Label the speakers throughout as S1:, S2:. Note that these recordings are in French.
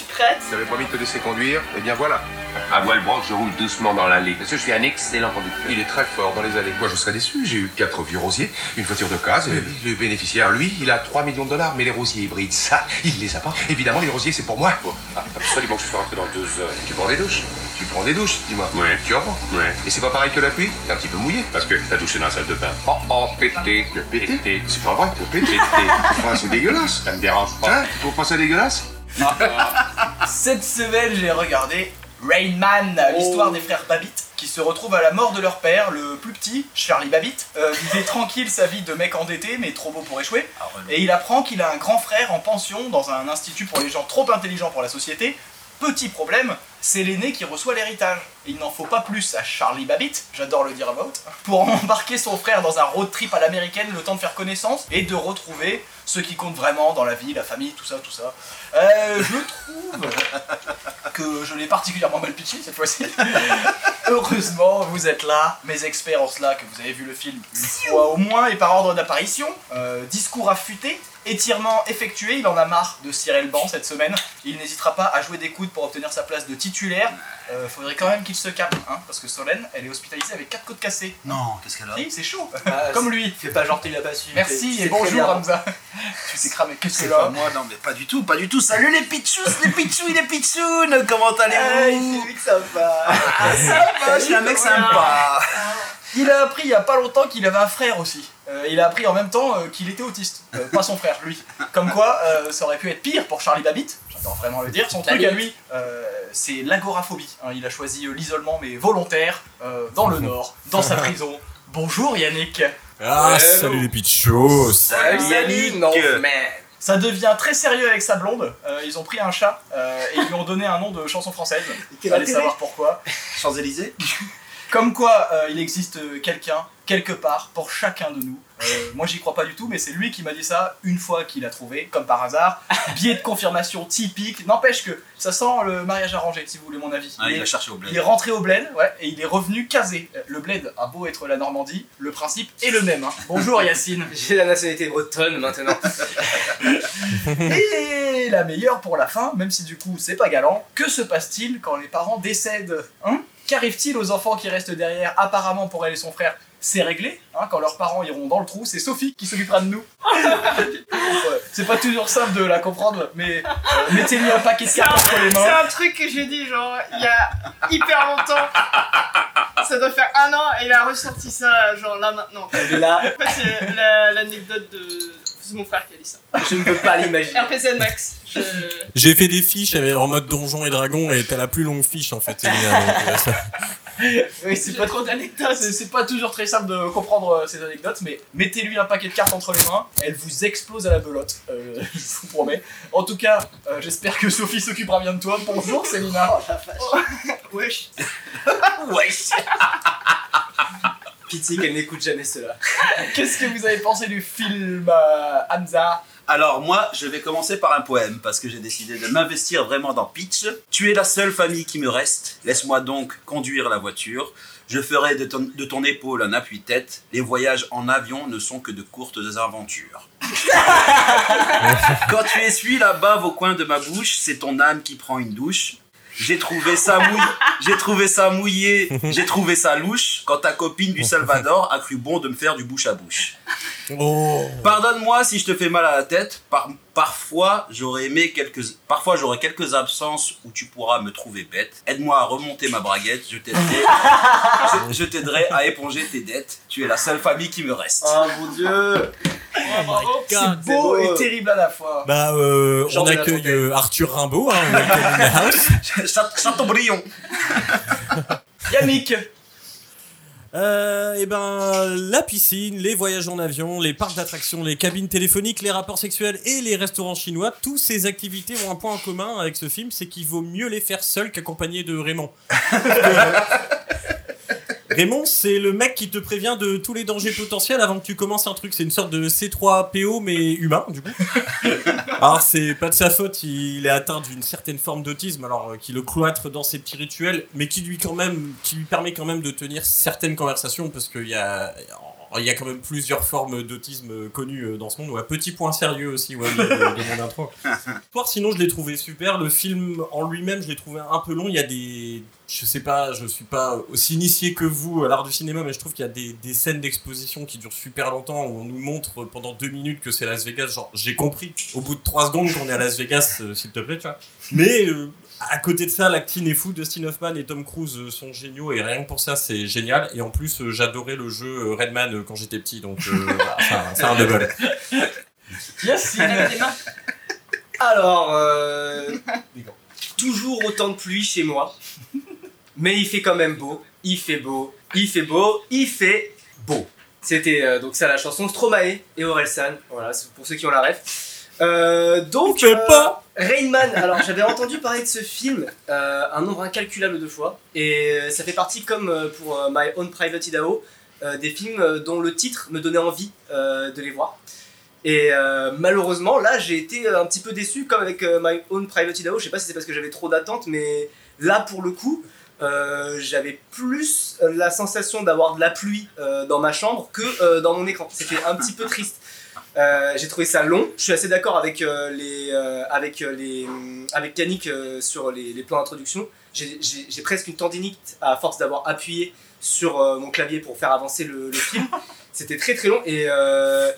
S1: retraite.
S2: J'avais promis de te laisser conduire, et bien voilà. À voile branque, je roule doucement dans l'allée. Parce que je suis un excellent conducteur. Il est très fort dans les allées. Moi, je serais déçu. J'ai eu quatre vieux rosiers, une voiture de casse. et Le bénéficiaire, lui, il a 3 millions de dollars. Mais les rosiers hybrides, ça, il les a pas. Évidemment, les rosiers, c'est pour moi. Ah, absolument, je suis rentré dans deux heures. Tu prends des douches Tu prends des douches, dis-moi. Oui. Tu en prends Oui. Et c'est pas pareil que la pluie T'es un petit peu mouillé. Parce que t'as douché dans la salle de bain. Oh, oh, pété. Pété, C'est pas vrai, t'as pété. Enfin, c'est dégueulasse. Ça me dérange pas. Hein Tu trouves pas ça dégueulasse
S1: Cette semaine, j'ai regardé Rain Man, l'histoire des frères Babbitt qui se retrouvent à la mort de leur père, le plus petit, Charlie Babbitt, euh, vivait tranquille sa vie de mec endetté mais trop beau pour échouer. Et il apprend qu'il a un grand frère en pension dans un institut pour les gens trop intelligents pour la société. Petit problème, c'est l'aîné qui reçoit l'héritage. Il n'en faut pas plus à Charlie Babbitt, j'adore le dire à voix haute, pour embarquer son frère dans un road trip à l'américaine, le temps de faire connaissance et de retrouver ce qui compte vraiment dans la vie, la famille, tout ça, tout ça. Euh, je trouve que je l'ai particulièrement mal pitché cette fois-ci. Heureusement, vous êtes là, mes experts en cela, que vous avez vu le film une fois au moins et par ordre d'apparition. Euh, discours affûté, étirement effectué, il en a marre de cirer le banc cette semaine. Il n'hésitera pas à jouer des coudes pour obtenir sa place de titulaire. Euh, faudrait quand même qu'il se capte, hein, parce que Solène, elle est hospitalisée avec quatre côtes cassées.
S3: Non, qu'est-ce qu'elle a
S1: Si, c'est chaud,
S4: Ah,
S1: comme lui.
S4: Fais pas genre t'es là-bas su.
S1: Merci
S4: C'est
S1: et
S4: très
S1: bonjour
S4: bien.
S1: Hamza. tu t'es cramé, qu'est-ce que
S3: C'est
S1: là
S3: pas moi, non, mais pas du tout, pas du tout. Salut les pitchous, les pitchous, les pitchounes, comment allez-vous
S4: que ça va.
S3: Ah, sympa, je suis un mec sympa.
S1: Il a appris il y a pas longtemps qu'il avait un frère aussi. Euh, il a appris en même temps euh, qu'il était autiste, Euh, pas son frère, lui. Comme quoi, euh, ça aurait pu être pire pour Charlie Babbitt, j'adore vraiment le dire. Son truc à lui, euh, c'est l'agoraphobie. hein. il a choisi euh, l'isolement, mais volontaire, euh, dans le Nord, dans sa prison. Bonjour Yannick
S5: Ah,
S4: Ouais,
S5: salut les pitchos
S3: Salut Yannick.
S4: Non, mais.
S1: Ça devient très sérieux avec sa blonde. Euh, ils ont pris un chat euh, et ils lui ont donné un nom de chanson française.
S4: Quel
S1: Allez
S4: intérêt.
S1: savoir pourquoi.
S3: Champs-Élysées
S1: Comme quoi, euh, il existe euh, quelqu'un, quelque part, pour chacun de nous. Euh, moi, j'y crois pas du tout, mais c'est lui qui m'a dit ça une fois qu'il a trouvé, comme par hasard. Biais de confirmation typique. N'empêche que ça sent le mariage arrangé, si vous voulez mon avis.
S3: Ah,
S1: Il
S3: il
S1: est-
S3: a cherché au
S1: il est
S3: bled.
S1: rentré au bled, ouais, et il est revenu casé. Euh, Le bled a beau être la Normandie, le principe est le même. hein. Bonjour Yacine.
S4: J'ai la nationalité bretonne maintenant.
S1: Et la meilleure pour la fin, même si du coup c'est pas galant, que se passe-t-il quand les parents décèdent hein Qu'arrive-t-il aux enfants qui restent derrière Apparemment pour elle et son frère, c'est réglé. hein, quand leurs parents iront dans le trou, c'est Sophie qui s'occupera de nous. Ouais, c'est pas toujours simple de la comprendre, mais euh, mettez-lui un paquet de cartes entre les
S6: C'est
S1: mains.
S6: un truc que j'ai dit genre il y a hyper longtemps. Ça doit faire un an et il a ressorti ça genre là maintenant.
S4: Mais là,
S6: En fait, c'est la- l'anecdote de. C'est mon frère qui a dit ça.
S4: je ne peux pas l'imaginer.
S6: RPZ Max. Je-
S5: J'ai fait des fiches avec- en mode donjon et dragon et t'as la plus longue fiche en fait. c'est bien, donc, euh, ça-
S1: Oui, c'est pas trop d'anecdotes, c'est- c'est pas toujours très simple de comprendre euh, ces anecdotes, mais mettez-lui un paquet de cartes entre les mains, elle vous explose à la belote, euh, je vous promets. En tout cas, euh, j'espère que Sophie s'occupera bien de toi. Bonjour Célina.
S6: Wesh.
S4: Pitié qu'elle n'écoute jamais cela.
S1: Qu'est-ce que vous avez pensé du film euh, Hamza
S3: Alors moi, je vais commencer par un poème parce que j'ai décidé de m'investir vraiment dans Pitch. Tu es la seule famille qui me reste. Laisse-moi donc conduire la voiture. Je ferai de ton, de ton épaule un appui-tête. Les voyages en avion ne sont que de courtes aventures. Quand tu essuies la bave au coin de ma bouche, c'est ton âme qui prend une douche. J'ai trouvé ça mouillé, j'ai trouvé ça mouillé, j'ai trouvé ça louche quand ta copine du Salvador a cru bon de me faire du bouche à bouche.
S5: Oh.
S3: Pardonne-moi si je te fais mal à la tête. Par- parfois, j'aurais aimé quelques, parfois j'aurai quelques absences où tu pourras me trouver bête. Aide-moi à remonter ma braguette. Je t'aiderai, je, je t'aiderai à éponger tes dettes. Tu es la seule famille qui me reste.
S4: Oh mon dieu.
S1: Oh C'est beau et terrible à la fois.
S5: Bah, euh,
S4: Jean
S5: on
S4: de la
S5: accueille
S4: Fontaine.
S5: euh, Arthur Rimbaud, hein, on accueille une house.
S3: Châ- Chateaubriand.
S1: Yannick,
S5: Euh, et ben, la piscine, les voyages en avion, les parcs d'attractions, les cabines téléphoniques, les rapports sexuels et les restaurants chinois, toutes ces activités ont un point en commun avec ce film, c'est qu'il vaut mieux les faire seuls qu'accompagnés de Raymond. Euh, Raymond, c'est le mec qui te prévient de tous les dangers potentiels avant que tu commences un truc. C'est une sorte de C3PO, mais humain, du coup. Alors, c'est pas de sa faute, il est atteint d'une certaine forme d'autisme, alors euh, qui le cloître dans ses petits rituels, mais qui lui, quand même, qui lui permet quand même de tenir certaines conversations, parce qu'il y a. Alors, il y a quand même plusieurs formes d'autisme euh, connues euh, dans ce monde. Ouais, petit point sérieux aussi, ouais, de, de mon intro. L'histoire, sinon, je l'ai trouvé super. Le film en lui-même, je l'ai trouvé un peu long. Il y a des. Je sais pas, je suis pas aussi initié que vous à l'art du cinéma, mais je trouve qu'il y a des, des scènes d'exposition qui durent super longtemps où on nous montre pendant deux minutes que c'est Las Vegas. Genre, j'ai compris au bout de trois secondes qu'on est à Las Vegas, euh, s'il te plaît, tu vois. Mais euh, à côté de ça, l'acting est fou. Dustin Hoffman et Tom Cruise euh, sont géniaux et rien que pour ça, c'est génial. Et en plus, euh, j'adorais le jeu euh, Redman euh, quand j'étais petit, donc euh, voilà, enfin, c'est un double.
S4: Yes, il lève les mains. Alors, euh, toujours autant de pluie chez moi, mais il fait quand même beau. Il fait beau, il fait beau, il fait beau. C'était euh, donc ça la chanson Stromae et Orelsan. Voilà, c'est pour ceux qui ont la ref. Euh, donc,
S5: Fais
S4: euh,
S5: pas
S4: Rain Man, alors j'avais entendu parler de ce film euh, un nombre incalculable de fois, et euh, ça fait partie, comme euh, pour euh, My Own Private Idaho, euh, des films euh, dont le titre me donnait envie euh, de les voir. Et euh, malheureusement, là j'ai été euh, un petit peu déçu, comme avec euh, My Own Private Idaho, je sais pas si c'est parce que j'avais trop d'attentes, mais là pour le coup, euh, j'avais plus euh, la sensation d'avoir de la pluie euh, dans ma chambre que euh, dans mon écran. C'était un petit peu triste. Euh, j'ai trouvé ça long. Je suis assez d'accord avec euh, les euh, avec euh, les hum, avec Yannick euh, sur les, les plans d'introduction. J'ai- J'ai j'ai presque une tendinite à force d'avoir appuyé sur euh, mon clavier pour faire avancer le, le film. C'était très très long et euh,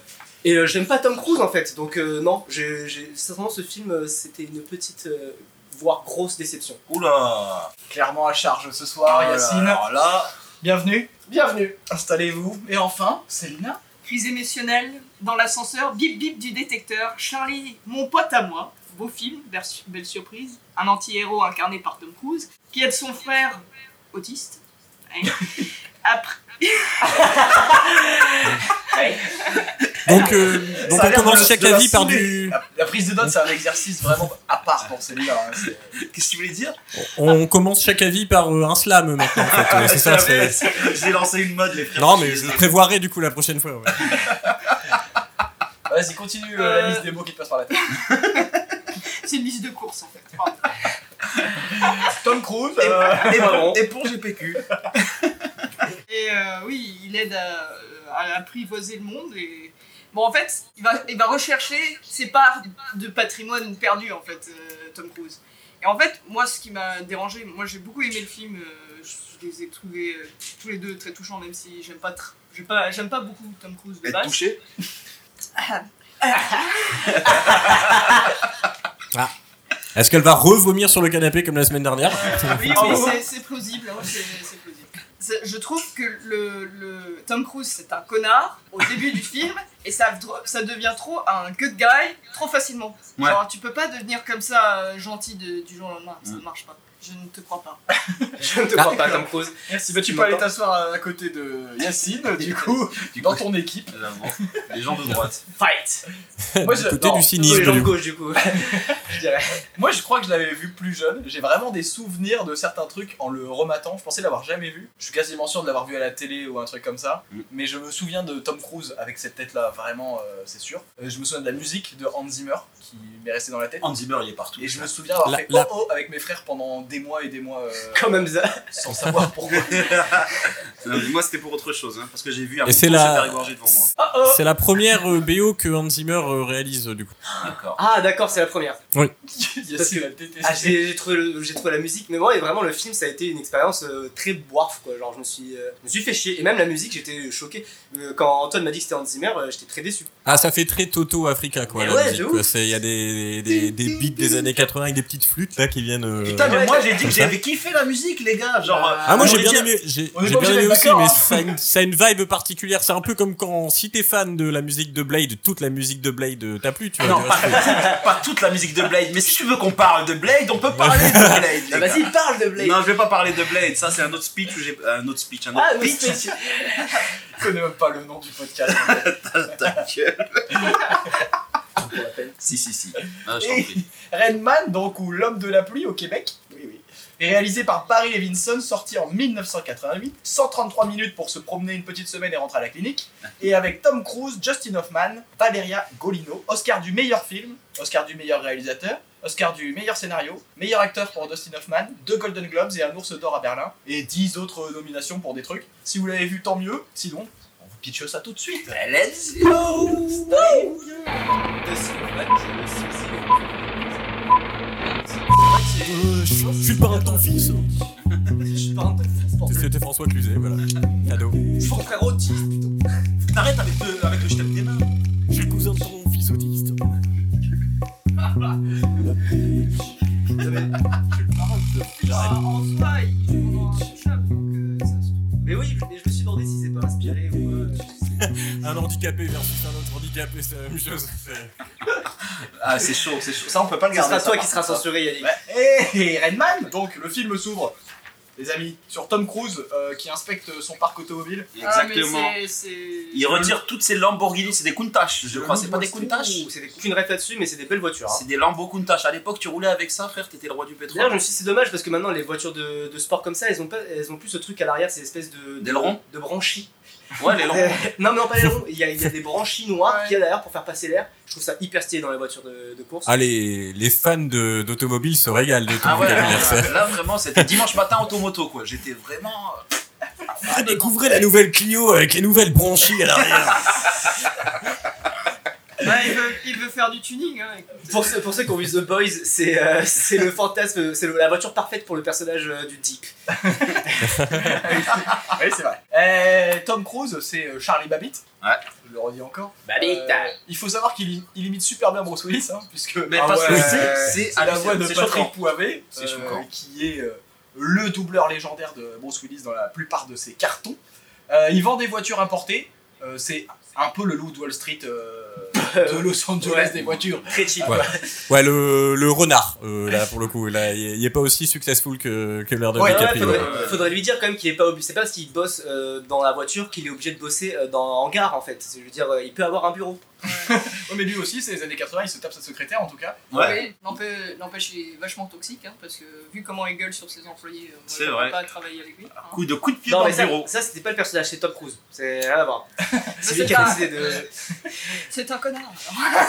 S4: et euh, j'aime pas Tom Cruise en fait. Donc euh, non, j'ai j'ai- sincèrement ce film euh, c'était une petite euh, voire grosse déception.
S3: Oula
S1: Clairement à charge ce soir,
S3: Oh là
S1: Yacine.
S3: là là.
S1: Bienvenue,
S6: Bienvenue.
S1: installez-vous. Et enfin, Célina.
S6: Crise émotionnelle dans l'ascenseur, bip bip du détecteur. Charlie, mon pote à moi, beau film, ber- belle surprise. Un anti-héros incarné par Tom Cruise qui aide son frère autiste. Ouais. Après,
S5: Donc, euh, donc
S1: Ça a
S5: on
S1: l'air de
S5: commence
S1: la-
S5: chaque
S1: de la
S5: avis par
S1: souder.
S5: du.
S1: La, la prise de notes, c'est un exercice vraiment à part pour Célina. hein, c'est-
S3: Qu'est-ce que tu voulais dire
S5: On commence chaque avis par euh, un slam maintenant, en fait. Euh, c'est
S1: Ah
S5: ça, c'est.
S3: J'ai lancé une mode, les frères.
S5: Non, mais je le prévoirai du coup la prochaine fois. ouais.
S1: Vas-y, continue euh, la
S6: Euh.
S1: liste des mots qui te passent par la tête.
S6: c'est une liste de courses en fait. Pardon.
S1: Tom Cruise. euh,
S3: Et
S4: Vraiment.
S3: pour, et pour GPQ.
S6: Et euh, oui, il aide à, euh, à apprivoiser le monde. Et... Bon, en fait, il va, il va rechercher ses parts de patrimoine perdu, en fait, euh, Tom Cruise. Et en fait, moi, ce qui m'a dérangé, moi j'ai beaucoup aimé le film, euh, je les ai trouvés euh, tous les deux très touchants, même si j'aime pas, tr- j'aime pas, j'aime pas beaucoup Tom Cruise de
S3: Être
S6: base.
S3: touché
S5: Est-ce qu'elle va revomir sur le canapé comme la semaine dernière
S3: Ah
S6: Oui, mais c'est- c'est plausible. hein, c'est c'est plausible. C'est- Je trouve que le, le- Tom Cruise, c'est un connard au début du film et ça, dro- ça devient trop un good guy trop facilement.
S3: Ouais.
S6: Genre, tu peux pas devenir comme ça euh, gentil de- du jour au lendemain.
S3: Mm.
S6: Ça ne marche pas. Je ne te crois pas.
S4: Je ne te crois pas Tom Cruise.
S1: Merci, bah, tu
S4: Tu
S1: peux aller
S4: m'entends
S1: t'asseoir à- à côté de Yacine, du coup, dans ton équipe.
S3: euh, Les gens de droite.
S4: Fight.
S1: Moi,
S5: Du
S1: je-
S5: côté
S1: non,
S5: du
S4: Sur les
S5: cynisme,
S4: gens de
S5: du coup.
S4: gauche du coup.
S1: je dirais. Moi, je crois que je l'avais vu plus jeune. J'ai vraiment des souvenirs de certains trucs en le rematant. Je pensais l'avoir jamais vu. Je suis quasiment sûr de l'avoir vu à la télé ou un truc comme ça.
S3: Mm.
S1: Mais je me souviens de Tom Cruise avec cette tête-là, vraiment, euh, c'est sûr. Euh, je me souviens de la musique de Hans Zimmer qui m'est restée dans la tête.
S3: Hans Zimmer, il est partout.
S1: Et je me souviens avoir
S5: La-
S1: fait
S5: la-
S1: oh oh avec mes frères pendant des mois et des mois euh,
S4: Quand même ça.
S1: sans savoir pourquoi.
S3: Non, mais Euh, moi, c'était pour autre chose, hein, parce que j'ai vu un
S5: Et c'est
S3: monstre
S5: la-
S3: se faire égorger devant moi.
S4: Oh, oh.
S5: C'est la première euh, BO que Hans Zimmer euh, réalise, euh, du coup.
S3: D'accord.
S4: Ah d'accord, c'est la première.
S1: Yacine l'a détesté.
S4: Ah, j'ai j'ai trouvé, le- j'ai trouvé la musique, mais moi, et vraiment, le film, ça a été une expérience euh, très boirf, quoi. Genre, je me suis, euh, je me suis fait chier. Et même la musique, j'étais choqué. Euh, quand Antoine m'a dit que c'était Hans Zimmer, euh, j'étais très déçu.
S5: Ah, ça fait très Toto Africa, quoi.
S4: Mais
S5: la
S4: ouais,
S5: musique,
S4: de
S5: quoi.
S4: ouf.
S5: C'est- Il y a des, des, des beats des années 80 avec des petites flûtes, là, qui viennent. euh,
S3: Putain, mais
S4: ouais,
S3: moi, j'ai dit que
S5: ça.
S3: j'avais kiffé la musique, les gars. Genre. euh,
S5: Ah moi
S3: on
S5: j'ai
S3: est
S5: bien aimé, j'ai
S1: on est
S5: j'ai
S1: pas
S5: bien
S1: obligé
S5: aimé
S1: d'être
S5: aussi,
S1: d'accord,
S5: mais
S1: hein.
S5: ça a, une, ça a une vibe particulière. C'est un peu comme quand si t'es fan de la musique de Blade, toute la musique de Blade euh, t'a plu, tu vois.
S3: Non,
S5: tu
S3: pas,
S5: vois, c'est-
S3: toute- pas toute la musique de Blade, mais si tu veux qu'on parle de Blade, on peut parler de Blade. les gars.
S4: parle de
S3: Non, je vais pas parler de Blade, ça c'est un autre speech où j'ai. euh, Un autre speech, un autre
S4: Ah, oui,
S3: pitch.
S4: c'est-
S1: Je connais même pas le nom du podcast.
S3: Ta gueule.
S1: pour la peine.
S3: Si, si, si. Ah, je t'en
S1: Et-
S3: prie.
S1: Redman, donc, ou L'homme de la pluie au Québec, oui, oui, est réalisé par Barry Levinson, sorti en 1988, 133 minutes pour se promener une petite semaine et rentrer à la clinique, et avec Tom Cruise, Justin Hoffman, Valeria Golino, Oscar du meilleur film, Oscar du meilleur réalisateur, Oscar du meilleur scénario, meilleur acteur pour Dustin Hoffman, deux Golden Globes et un ours d'or à Berlin, et 10 autres nominations pour des trucs. Si vous l'avez vu, tant mieux, sinon, on vous pitcher ça tout de suite.
S3: Ben, Let's go
S5: Euh, je je suis le parrain de ton fils.
S4: Je suis pas un peu fou, pour-
S5: C'était François Cluzet, voilà. Cadeau.
S3: Faut frère autiste plutôt. T'arrêtes avec, le- avec le je tape des mains.
S5: Je suis le cousin de ton fils autiste.
S6: Genre, en soi, ils sont dans un touchable, donc euh, ça se trouve.
S4: Mais oui, mais je me suis demandé si c'est pas inspiré ou. euh,
S5: Un handicapé versus un autre handicapé, c'est la même chose. C'est-
S3: Ah, c'est chaud, c'est chaud.
S1: Ça, on peut pas le
S4: Ce
S1: garder.
S4: sera
S1: ça,
S4: toi
S1: par
S4: qui seras
S1: contre.
S4: censuré, Yannick.
S1: Bah, hey, Redman Donc, le film s'ouvre, les amis, sur Tom Cruise euh, qui inspecte son parc automobile.
S3: Exactement.
S6: Ah, mais c'est- c'est.
S3: Il retire toutes ces Lamborghini, c'est des Countach, je crois. C'est pas des Countach
S4: Ouh, C'est des- aucune ref là-dessus, mais c'est des belles voitures. hein.
S3: C'est des Lambo Countach. À l'époque, tu roulais avec ça, frère, t'étais le roi du
S4: D'ailleurs, je
S3: pétrole.
S4: me suis dit, c'est dommage parce que maintenant les voitures de, de sport comme ça, elles ont, pas, elles ont plus ce truc à l'arrière, ces espèces de.
S3: D'ailerons
S4: De branchies.
S3: Ouais, les Lambo.
S4: Euh, non, mais non, pas l'aileron. Il y a, il y a des branchies noires
S1: Ouais.
S4: qu'il y a derrière pour faire passer l'air. Je trouve ça hyper stylé dans les voitures de, de course.
S5: Ah, les, les fans de- d'automobile se régalent de ton
S3: Ah ouais,
S5: vocabulaire, ça.
S3: là, là, vraiment, c'était dimanche matin automoto, quoi. J'étais vraiment.
S5: Ah, découvrez la nouvelle Clio avec les nouvelles bronchies à l'arrière.
S6: Bah, il, veut, il veut faire du tuning, hein. écoute.
S4: Pour, ceux- pour ceux qui ont vu The Boys, c'est euh, c'est le fantasme, c'est le- la voiture parfaite pour le personnage euh, du Deep. Ah,
S1: oui, c'est vrai. Euh, Tom Cruise, c'est euh, Charlie Babbitt.
S3: Ouais.
S1: Je le redis encore.
S4: Babbitt.
S1: Euh, il faut savoir qu'il i- il imite super bien Bruce Willis, hein, puisque
S3: Mais
S1: Ah
S3: parce que
S1: ouais,
S3: c'est- c'est
S1: c'est la voix de
S3: c'est
S1: Patrick
S3: choquant.
S1: Poivet, euh,
S3: C'est choquant.
S1: qui est euh, le doubleur légendaire de Bruce Willis dans la plupart de ses cartons. Euh, il vend des voitures importées. euh, c'est un peu le loup de Wall Street euh, de Los Angeles
S4: Ouais.
S1: des voitures.
S4: Très cheap.
S5: Ouais. Ouais, le, le renard, euh, là, pour le coup. Là, il n'est pas aussi successful que, que l'air de
S1: Ouais,
S4: Ouais, ouais,
S5: DiCaprio.
S4: faudrait,
S3: ouais.
S4: faudrait lui dire quand même qu'il est pas obligé. C'est pas parce qu'il bosse euh, dans la voiture qu'il est obligé de bosser euh, dans un hangar en fait. Je veux dire, euh, il peut avoir un bureau.
S1: Ouais, mais lui aussi, c'est les années 80, il se tape sa secrétaire en tout cas.
S3: Ouais.
S6: Oui, n'empê- N'empêche, il est vachement toxique, hein, parce que vu comment il gueule sur ses employés, euh, moi,
S3: C'est
S6: je
S3: vrai. Ah.
S6: pas travailler avec lui. hein.
S3: Coup de coup de pied
S4: Non,
S3: dans
S4: mais
S3: le
S4: ça,
S3: bureau.
S4: ça c'était pas le personnage, c'est Tom Cruise. C'est rien à voir. C'est
S6: Mais
S4: lui
S6: c'est
S4: qui a
S6: pas-
S4: décidé de.
S6: C'est un connard.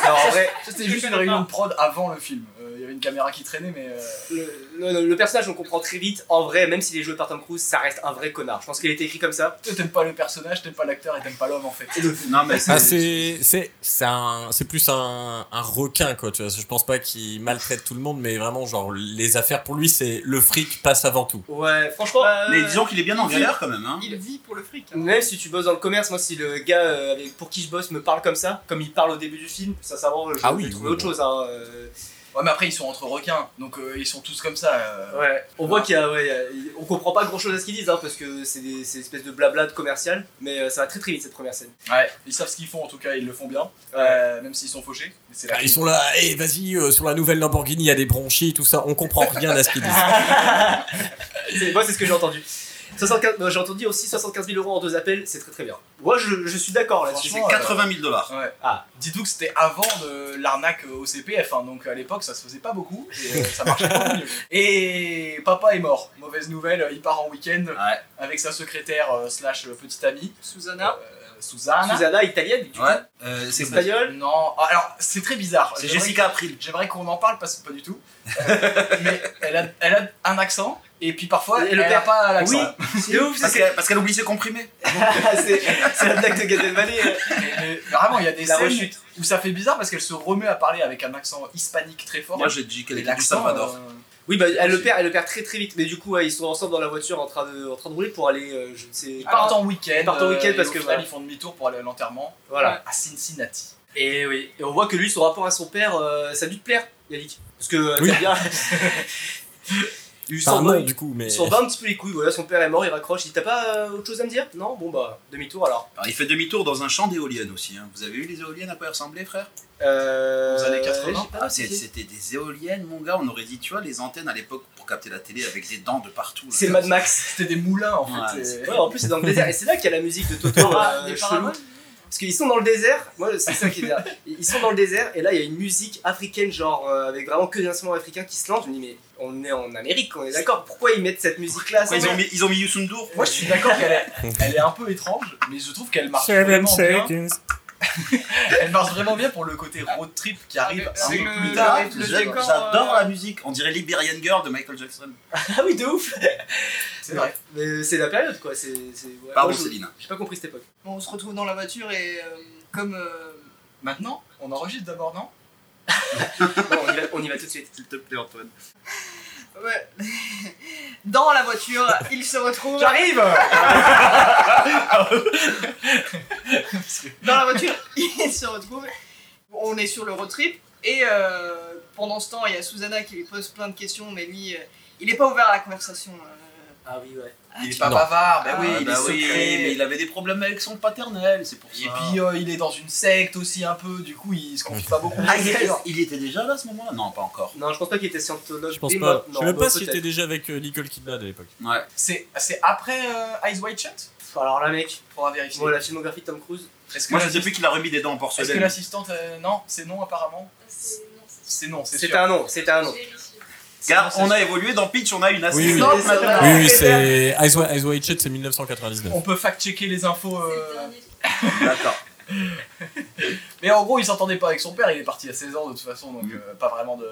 S1: Alors, en vrai, c'était
S6: Je
S1: juste une
S6: connais
S1: réunion
S6: pas.
S1: de prod avant le film. Euh, Il y avait une caméra qui traînait, mais. euh,
S4: Le, le- le personnage, on comprend très vite. En vrai, même s'il est joué par Tom Cruise, ça reste un vrai connard. Je pense qu'il a été écrit comme ça.
S1: T'aimes pas le personnage, t'aimes pas l'acteur et t'aimes pas l'homme en fait.
S3: Non, mais
S5: Ah,
S3: c'est.
S5: c'est c'est- c'est un- c'est plus un, un requin, quoi. Tu vois. Je pense pas qu'il maltraite tout le monde, mais vraiment, genre, les affaires pour lui, c'est le fric passe avant tout.
S4: Ouais, franchement.
S3: Mais disons qu'il est bien en galère quand même, hein.
S6: Il vit pour le fric. hein.
S4: Même si tu bosses dans le commerce, moi si le gars euh, avec- pour qui je bosse me parle comme ça, comme il parle au début du film, sincèrement, je
S5: Ah
S4: vais
S5: oui,
S4: trouver
S5: oui,
S4: autre chose. hein, euh.
S1: Ouais, mais après, ils sont entre requins, donc euh, ils sont tous comme ça. euh.
S4: Ouais, on voit qu'il y a, ouais, il y a- il- on comprend pas grand chose à ce qu'ils disent, hein, parce que c'est des, c'est des espèces de blabla de commercial, mais euh, ça va très très vite cette première scène.
S1: Ouais, ils savent ce qu'ils font en tout cas, ils le font bien, euh, même s'ils sont fauchés. Mais c'est la
S5: Ah, ils sont là, et vas-y, euh, sur la nouvelle Lamborghini, il y a des bronchies, tout ça. On comprend rien à ce qu'ils disent.
S4: C'est- Moi, c'est ce que j'ai entendu. 75 euh, j'ai entendu aussi 75 000 euros en deux appels, c'est très très bien. Moi, je, je suis d'accord là-dessus.
S1: Franchement,
S3: C'est
S1: euh,
S3: 80 000 dollars.
S1: Ouais.
S4: Ah.
S1: Dites-vous que c'était avant de l'arnaque au CPF, hein, donc à l'époque ça se faisait pas beaucoup, et euh, ça marchait pas mieux. Et papa est mort, mauvaise nouvelle, il part en week-end
S3: Ouais.
S1: avec sa secrétaire euh, slash euh, petite amie,
S6: Susanna.
S1: euh, Suzanne.
S4: Susanna, italienne, du coup,
S3: Ouais. Euh, C'est
S4: espagnole.
S1: Non, ah, alors c'est très bizarre.
S3: c'est
S1: J'aimerais-
S3: Jessica April.
S1: J'aimerais qu'on en parle parce que pas du tout. Euh, mais elle a, elle a un accent et puis parfois
S4: Et
S1: elle
S4: le
S1: n'a
S4: père.
S1: pas l'accent.
S4: Oui, c'est ouf, c'est
S3: Parce
S4: c'est-
S3: qu'elle parce qu'elle oublie ses comprimés.
S4: c'est- c'est la blague de Gad Elmaleh, euh,
S1: Mais- mais Vraiment, il y a des
S4: la
S1: scènes
S4: rechute.
S1: où ça fait bizarre parce qu'elle se remet à parler avec un accent hispanique très fort.
S3: Moi, j'ai dit qu'elle
S1: Et
S3: était du Salvador.
S1: euh,
S4: Oui, bah, elle le perd, elle le perd très très vite, mais du coup, ouais, ils sont ensemble dans la voiture en train de, en train de rouler pour aller, euh, je ne sais
S3: Ah,
S1: ils partent en week-end.
S4: Ils partent en week-end
S1: euh, et
S4: parce
S1: au
S4: que
S1: final,
S4: voilà.
S1: ils font demi-tour pour aller à l'enterrement
S4: Voilà.
S1: à Cincinnati.
S4: Et oui, et on voit que lui, son rapport à son père, euh, ça a dû te plaire, Yannick. Parce que euh,
S5: Oui.
S4: t'as bien. il
S5: Enfin,
S4: s'en
S5: non,
S4: bat,
S5: du coup, mais.
S4: il s'en bat un petit peu les couilles. Voilà, son père est mort, il raccroche. Il dit T'as pas euh, autre chose à me dire Non Bon, bah, demi-tour alors.
S3: Alors, il fait demi-tour dans un champ d'éoliennes aussi. hein. Vous avez vu les éoliennes à quoi elles ressemblaient, frère
S4: Euh,
S1: Aux années 80.
S4: j'ai pas
S3: Ah, c'est-
S4: noté.
S3: C'était des éoliennes, mon gars. On aurait dit, tu vois, les antennes à l'époque pour capter la télé avec des dents de partout. là.
S4: C'est Mad Max.
S1: C'était des moulins en
S3: Ouais,
S1: fait.
S3: c'est-
S1: et-
S4: Ouais, en plus, c'est dans le désert. Et c'est là qu'il y a la musique de Toto.
S6: Ah,
S4: euh,
S6: des
S4: chelou.
S6: paraboles
S4: Parce qu'ils sont dans le désert. Moi, c'est ça qui est bizarre. Ils sont dans le désert, et là, il y a une musique africaine, genre, euh, avec vraiment que des instruments africains qui se lancent. Je me dis Mais on est en Amérique, on est d'accord. Pourquoi ils mettent cette musique-là
S3: Pourquoi
S4: ça
S3: ils, ont mis, ils ont mis Youssou N'Dour
S1: Moi, je suis d'accord qu'elle est, elle est un peu étrange, mais je trouve qu'elle marche vraiment bien. Elle marche vraiment bien pour le côté road trip qui arrive
S6: Avec-
S1: un
S6: avec
S1: peu
S6: le-
S1: plus
S6: le
S1: tard.
S6: rythme. le
S3: J'ad-
S6: décor,
S3: J'adore
S6: euh,
S3: la musique. On dirait Liberian Girl de Michael Jackson.
S4: Ah oui, de ouf
S1: C'est vrai.
S4: Mais euh, c'est la période quoi, c'est. c'est- ouais.
S3: Pardon,
S4: Moi, je-
S3: Céline.
S4: J'ai pas compris cette époque.
S6: Bon, on se retrouve dans la voiture et euh, comme euh,
S1: Maintenant, on enregistre d'abord, non
S4: Bon, on y va, on y va tout de suite.
S3: S'il te plaît, Antoine.
S6: ouais. dans la voiture, ils se retrouvent
S1: J'arrive
S6: dans la voiture, ils se retrouvent. On est sur le road trip et euh, pendant ce temps, il y a Susanna qui lui pose plein de questions, mais lui, euh, il n'est pas ouvert à la conversation. euh,
S4: Ah oui, ouais.
S1: Il est pas
S3: Non.
S1: bavard, bah
S6: Ah,
S1: oui,
S3: Ah,
S1: il
S3: bah
S1: est
S3: oui,
S1: secret.
S3: mais il avait des problèmes avec son paternel, c'est pour ça.
S1: Et puis euh, il est dans une secte aussi un peu, du coup il se confie pas beaucoup.
S3: Ah, il était, il était déjà là à ce moment-là Non, pas encore.
S4: Non, je pense pas qu'il était scientologue.
S5: Je pense
S4: dès
S5: pas.
S4: maintenant.
S5: Je sais même
S4: Non,
S5: pas si
S4: peut-être.
S5: t'es déjà avec euh, Nicole Kidman à l'époque.
S3: Ouais.
S1: C'est c'est après euh, Eyes Wide Shut
S4: Pff, Alors là, mec,
S1: Faudra vérifier.
S4: bon, la filmographie de Tom Cruise.
S1: Est-ce que
S3: Moi, je
S1: la-
S3: sais plus qu'il a remis des dents en
S1: Est-ce que
S3: porcelaine.
S1: l'assistante. euh, non, c'est non apparemment C'est non, c'est
S4: C'était
S1: sûr.
S4: un nom, c'était un nom.
S3: Car
S1: C'est bon,
S3: on
S1: c'est
S3: a
S1: sûr.
S3: évolué dans Pitch, on a une
S5: oui.
S3: assistante
S4: Oui,
S3: maternelle.
S5: Oui, oui, c'est. Eyes Wide Eyes Wide Shut, c'est 1999.
S1: On peut fact-checker les infos. euh,
S3: D'accord.
S1: Mais en gros, il s'entendait pas avec son père, il est parti à 16 ans de toute façon, donc
S3: Mm.
S1: euh, pas vraiment de,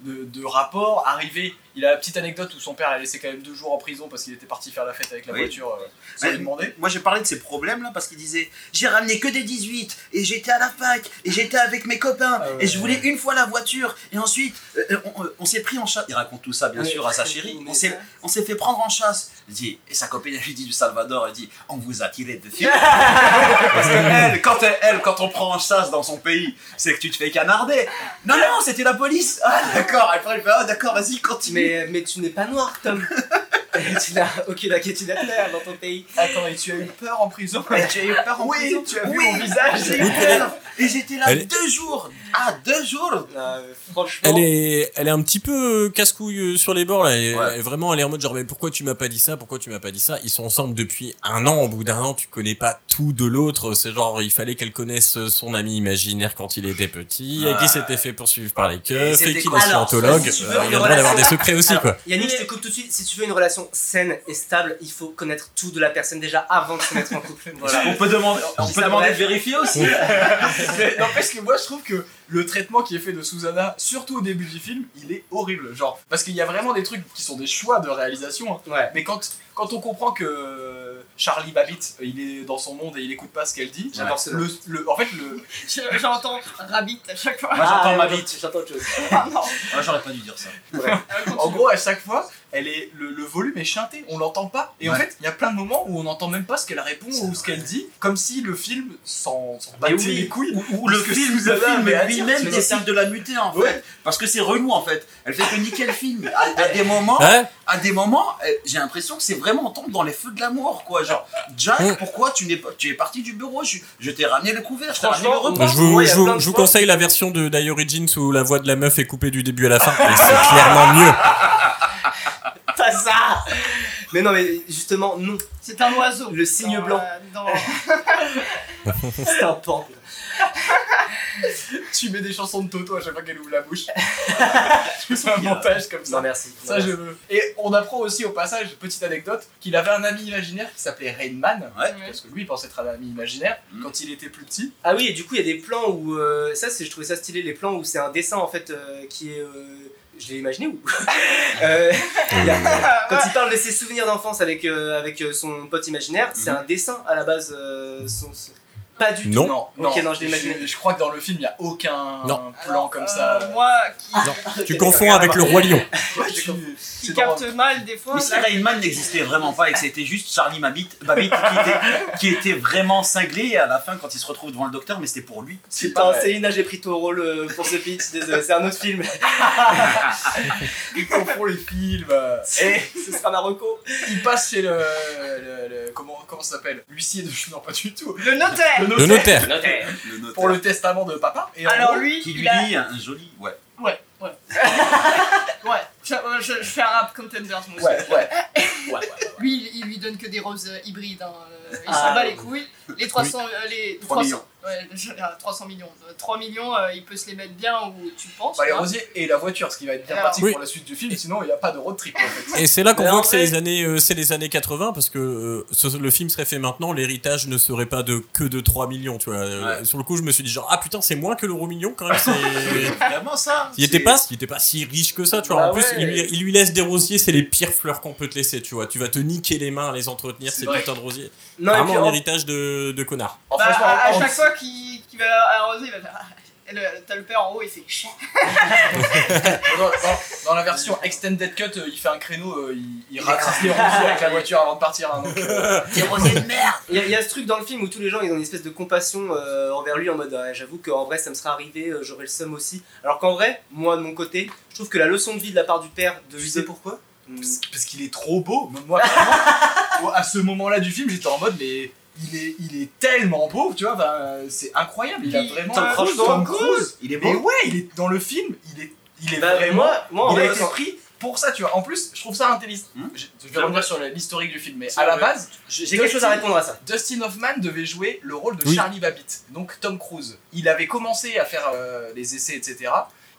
S1: de, de rapport. Arrivé, il a la petite anecdote où son père l'a laissé quand même deux jours en prison parce qu'il était parti faire la fête avec la
S3: Oui.
S1: voiture euh, sans
S3: Mais-
S1: lui demander.
S3: Moi, j'ai parlé de ces problèmes là parce qu'il disait J'ai ramené que des 18 et j'étais à la fac et j'étais avec mes copains
S1: Ah ouais,
S3: et je voulais une fois la voiture et ensuite euh, on, euh, on s'est pris en chasse. Il raconte tout ça bien
S4: Oui.
S3: sûr à sa chérie.
S4: Mais
S3: On s'est, on s'est fait prendre en chasse. Il dit, et sa copine elle lui dit du Salvador Elle dit On vous a tiré dessus. parce que elle, quand elle, elle, quand on prend en chasse dans son pays, c'est que tu te fais canarder. Non, non, c'était la police. Ah, d'accord. Après, elle fait Ah, d'accord, vas-y, continue.
S4: euh, Mais, mais tu n'es pas noir, Tom. tu n'as aucune inquiétude à te faire dans ton pays.
S1: Attends, et Ah, tu as eu peur en prison Et tu as eu peur en
S3: Oui,
S1: prison Tu as vu
S3: oui.
S1: mon visage
S3: J'ai eu peur. Et j'étais là
S5: Elle est-
S3: deux jours. Ah, deux jours
S4: Euh, franchement.
S5: Elle est, elle est un petit peu euh, casse-couille euh, sur les bords là. Et,
S3: Ouais.
S5: et vraiment, elle est en mode genre, mais pourquoi tu m'as pas dit ça Pourquoi tu m'as pas dit ça Ils sont ensemble depuis un an. Au bout d'un an, tu connais pas tout de l'autre. C'est genre, il fallait qu'elle connaisse euh, son ami imaginaire quand il était petit, et
S3: Ouais.
S5: qui s'était fait poursuivre par les
S3: Et
S5: keufs,
S3: c'était
S5: et qu'il
S3: quoi
S5: est
S3: Alors,
S5: scientologue.
S4: si tu veux
S5: Euh,
S4: une
S5: Il y a le droit d'avoir
S4: relation-
S5: des secrets aussi,
S4: Alors,
S5: quoi.
S4: Yannick, je te coupe tout de suite. Si tu veux une relation saine et stable, il faut connaître tout de la personne déjà avant de se mettre en couple. Voilà.
S3: On peut demander, on
S4: Je dis
S3: peut
S4: ça,
S3: demander
S4: bref.
S3: de vérifier aussi.
S1: Mais N'empêche que moi je trouve que le traitement qui est fait de Susanna, surtout au début du film, il est horrible. Genre, parce qu'il y a vraiment des trucs qui sont des choix de réalisation. hein.
S4: Ouais.
S1: Mais quand, quand on comprend que Charlie Babbitt, il est dans son monde et il écoute pas ce qu'elle dit,
S4: J'adore ce
S1: le, le- en fait, le,
S6: Je- J'entends Rabbit à chaque fois.
S3: Moi, j'entends
S4: Ah,
S3: ma
S4: ouais,
S3: bite.
S4: J'entends autre chose.
S6: Ah non.
S3: Ah, J'aurais pas dû dire ça.
S1: en gros, à chaque fois, elle est, le, le volume est chanté, on l'entend pas. Et en
S3: Ouais.
S1: fait, il y a plein de moments où on n'entend même pas ce qu'elle répond ou ce qu'elle dit, comme si le film s'en s'en battait
S3: oui.
S1: les couilles.
S3: Ou le
S1: Parce que
S3: film, le
S1: Susanna,
S3: film
S1: mais attire,
S3: lui-même
S1: tu
S3: décide de la muter en fait.
S1: Ouais. Ah,
S3: Parce que c'est relou en fait. Elle fait que niquer le film. À, à des moments,
S5: Hein
S3: à des moments, euh, j'ai l'impression que c'est vraiment on tombe dans les feux de l'amour quoi. Genre,
S5: Ouais.
S3: Jack, pourquoi tu n'es pas, tu es parti du bureau Je, je t'ai ramené le couvert, je t'ai ramené le
S4: Franchement,
S3: repas.
S4: Moi,
S5: je vous,
S4: moi, il y a
S5: je vous-
S4: plein de
S5: je vous
S4: fois-
S5: conseille la version de Die Origins où la voix de la meuf est coupée du début à la fin. Et c'est clairement mieux.
S4: Pas ça Mais non, mais justement, non.
S6: C'est un oiseau.
S4: Le cygne
S6: Dans,
S4: blanc.
S6: euh, dans-
S4: C'est un pan.
S1: Tu mets des chansons de Toto à chaque fois qu'elle ouvre la bouche. tu fais un montage comme ça.
S4: Non, merci.
S1: Ça, je veux. Et on apprend aussi au passage, petite anecdote, qu'il avait un ami imaginaire qui s'appelait Rainman.
S6: Ouais.
S1: Parce que lui, il pensait être un ami imaginaire
S3: Mm.
S1: quand il était plus petit.
S4: Ah oui, et du coup, il y a des plans où. euh, ça, c'est, je trouvais ça stylé, les plans où c'est un dessin en fait euh, qui est. euh, je l'ai imaginé ou Euh, il y a- Quand il parle de ses souvenirs d'enfance avec, euh, avec euh, son pote imaginaire, c'est un dessin à la base. euh, son- son- Pas du tout.
S5: Non.
S4: Ok, Mhm. non, je l'imagine.
S1: Je, je crois que dans le film, il n'y a aucun
S5: Non.
S1: plan
S6: Alors,
S1: comme
S6: euh,
S1: ça.
S6: Moi qui,
S5: Tu confonds avec le Roi Lion.
S1: Ouais, tu-
S6: qui
S1: c'est dans-
S6: capte mal des fois.
S3: Mais si Rayman n'existait vraiment pas et que c'était juste Charlie Mabit, Babbitt qui était, qui était vraiment cinglé et à la fin quand il se retrouve devant le docteur, mais c'était pour lui.
S1: c'est
S4: Putain,
S1: pas vrai.
S4: Céline, là, j'ai pris ton rôle euh, pour ce pitch, désolé, c'est un autre film.
S1: Il confond les films. euh, Et
S4: ce sera ma reco.
S1: il passe chez le. le- le- comment, comment ça s'appelle L'huissier de. Non, pas du tout.
S6: Le notaire.
S1: Le
S5: Le
S1: notaire.
S5: notaire.
S3: Le notaire.
S1: Pour le testament de papa. Et en
S6: Alors
S1: gros,
S6: lui,
S3: qui
S6: il
S3: lui
S6: a...
S3: dit un joli. Ouais.
S6: Ouais, ouais. ouais, je, euh, je- je fais un rap comme Tenders, moi aussi.
S1: Ouais, ouais.
S6: Lui, il, il lui donne que des roses euh, hybrides. hein, euh, Il
S4: Ah,
S6: s'en bat
S4: oui.
S6: les couilles. les 300, euh, les
S1: 3 millions.
S6: ouais, j'allais dire 300 millions. Euh, 3 millions, euh, il peut se les mettre bien où tu le penses.
S1: Bah, les
S6: hein.
S1: rosiers et la voiture, ce qui va être bien
S6: Alors-
S1: pratique
S5: Oui.
S1: pour la suite du film, sinon il n'y a pas de road trip en fait.
S5: Et c'est là qu'on
S4: Mais
S5: voit
S4: en
S5: que c'est
S4: vrai-
S5: les années, euh, c'est les années 80 parce que euh, ce- le film serait fait maintenant, l'héritage ne serait pas de que de 3 millions, tu vois. Euh, Sur le coup, je me suis dit genre ah putain, c'est moins que l'euro million quand même. c'est-
S3: Vraiment ça
S5: il était pas, il était pas si riche que ça, tu vois.
S4: Bah
S5: en plus,
S4: ouais.
S5: il, lui, il lui laisse des rosiers, c'est les pires fleurs qu'on peut te laisser, tu vois. Tu vas te niquer les mains à les entretenir
S1: C'est
S5: ces
S1: vrai.
S5: putains de rosiers.
S4: Non, et puis,
S5: Vraiment
S4: en-
S5: un héritage de, de connard.
S1: En
S6: Bah,
S1: franchement,
S6: à, à
S1: en-
S6: chaque fois qu'il qu'il va arroser, il va faire. ah, et le- T'as le père en haut, il fait chier.
S1: dans, dans- dans la version Extended Cut, euh, il fait un créneau, euh, il, il rattrape les rosiers avec la voiture avant de partir. hein, donc, euh,
S4: Il y, a- il y a ce truc dans le film où tous les gens ils ont une espèce de compassion euh, envers lui en mode Ah, j'avoue qu'en vrai ça me serait arrivé, euh, j'aurais le seum aussi. Alors qu'en vrai, moi de mon côté, je trouve que la leçon de vie de la part du père de
S1: tu
S4: lui
S1: sais
S4: de-
S1: pourquoi
S4: Mm.
S1: Parce, parce qu'il est trop beau. Moi, vraiment, à ce moment-là du film, j'étais en mode, mais il est, il est tellement beau, tu vois, bah, euh, c'est incroyable. Il a
S6: Il-
S1: vraiment.
S6: Tom Cruise,
S1: Tom
S6: Tom
S1: Cruise
S3: Il est
S1: Mais
S3: beau
S1: ouais, il est dans le film, il est, il est
S4: Bah,
S1: vraiment.
S4: moi,
S5: Oh,
S4: moi en
S1: il a
S4: vrai,
S1: été pris pour ça, tu vois. En plus, je trouve ça intelligent.
S3: Hmm.
S1: Je je vais revenir sur l'historique du film, mais
S4: C'est
S1: à la
S4: vrai.
S1: base,
S4: j'ai j'ai quelque chose à répondre à ça.
S1: Dustin Hoffman devait jouer le rôle de
S5: Oui.
S1: Charlie Babbitt, donc Tom Cruise. Il avait commencé à faire euh, les essais, etc.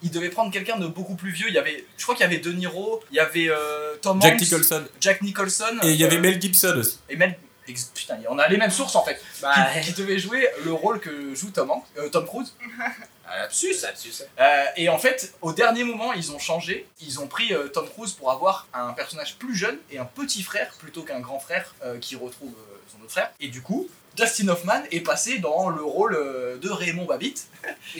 S1: Il devait prendre quelqu'un de beaucoup plus vieux. Il y avait, je crois qu'il y avait De Niro, il y avait euh, Tom
S5: Jack
S1: Hanks,
S5: Nicholson.
S1: Jack Nicholson,
S5: Et il y
S1: euh,
S5: avait Mel Gibson aussi.
S1: et Mel- ex- Putain, on a les mêmes sources en fait.
S4: Bah,
S1: Qui, qui devait jouer le rôle que joue Tom, Hanks- euh, Tom Cruise. Ah,
S3: Absus, absus.
S1: Euh, et en fait, au dernier moment, ils ont changé. Ils ont pris euh, Tom Cruise pour avoir un personnage plus jeune et un petit frère plutôt qu'un grand frère euh, qui retrouve euh, son autre frère. Et du coup, Dustin Hoffman est passé dans le rôle euh, de Raymond Babbitt.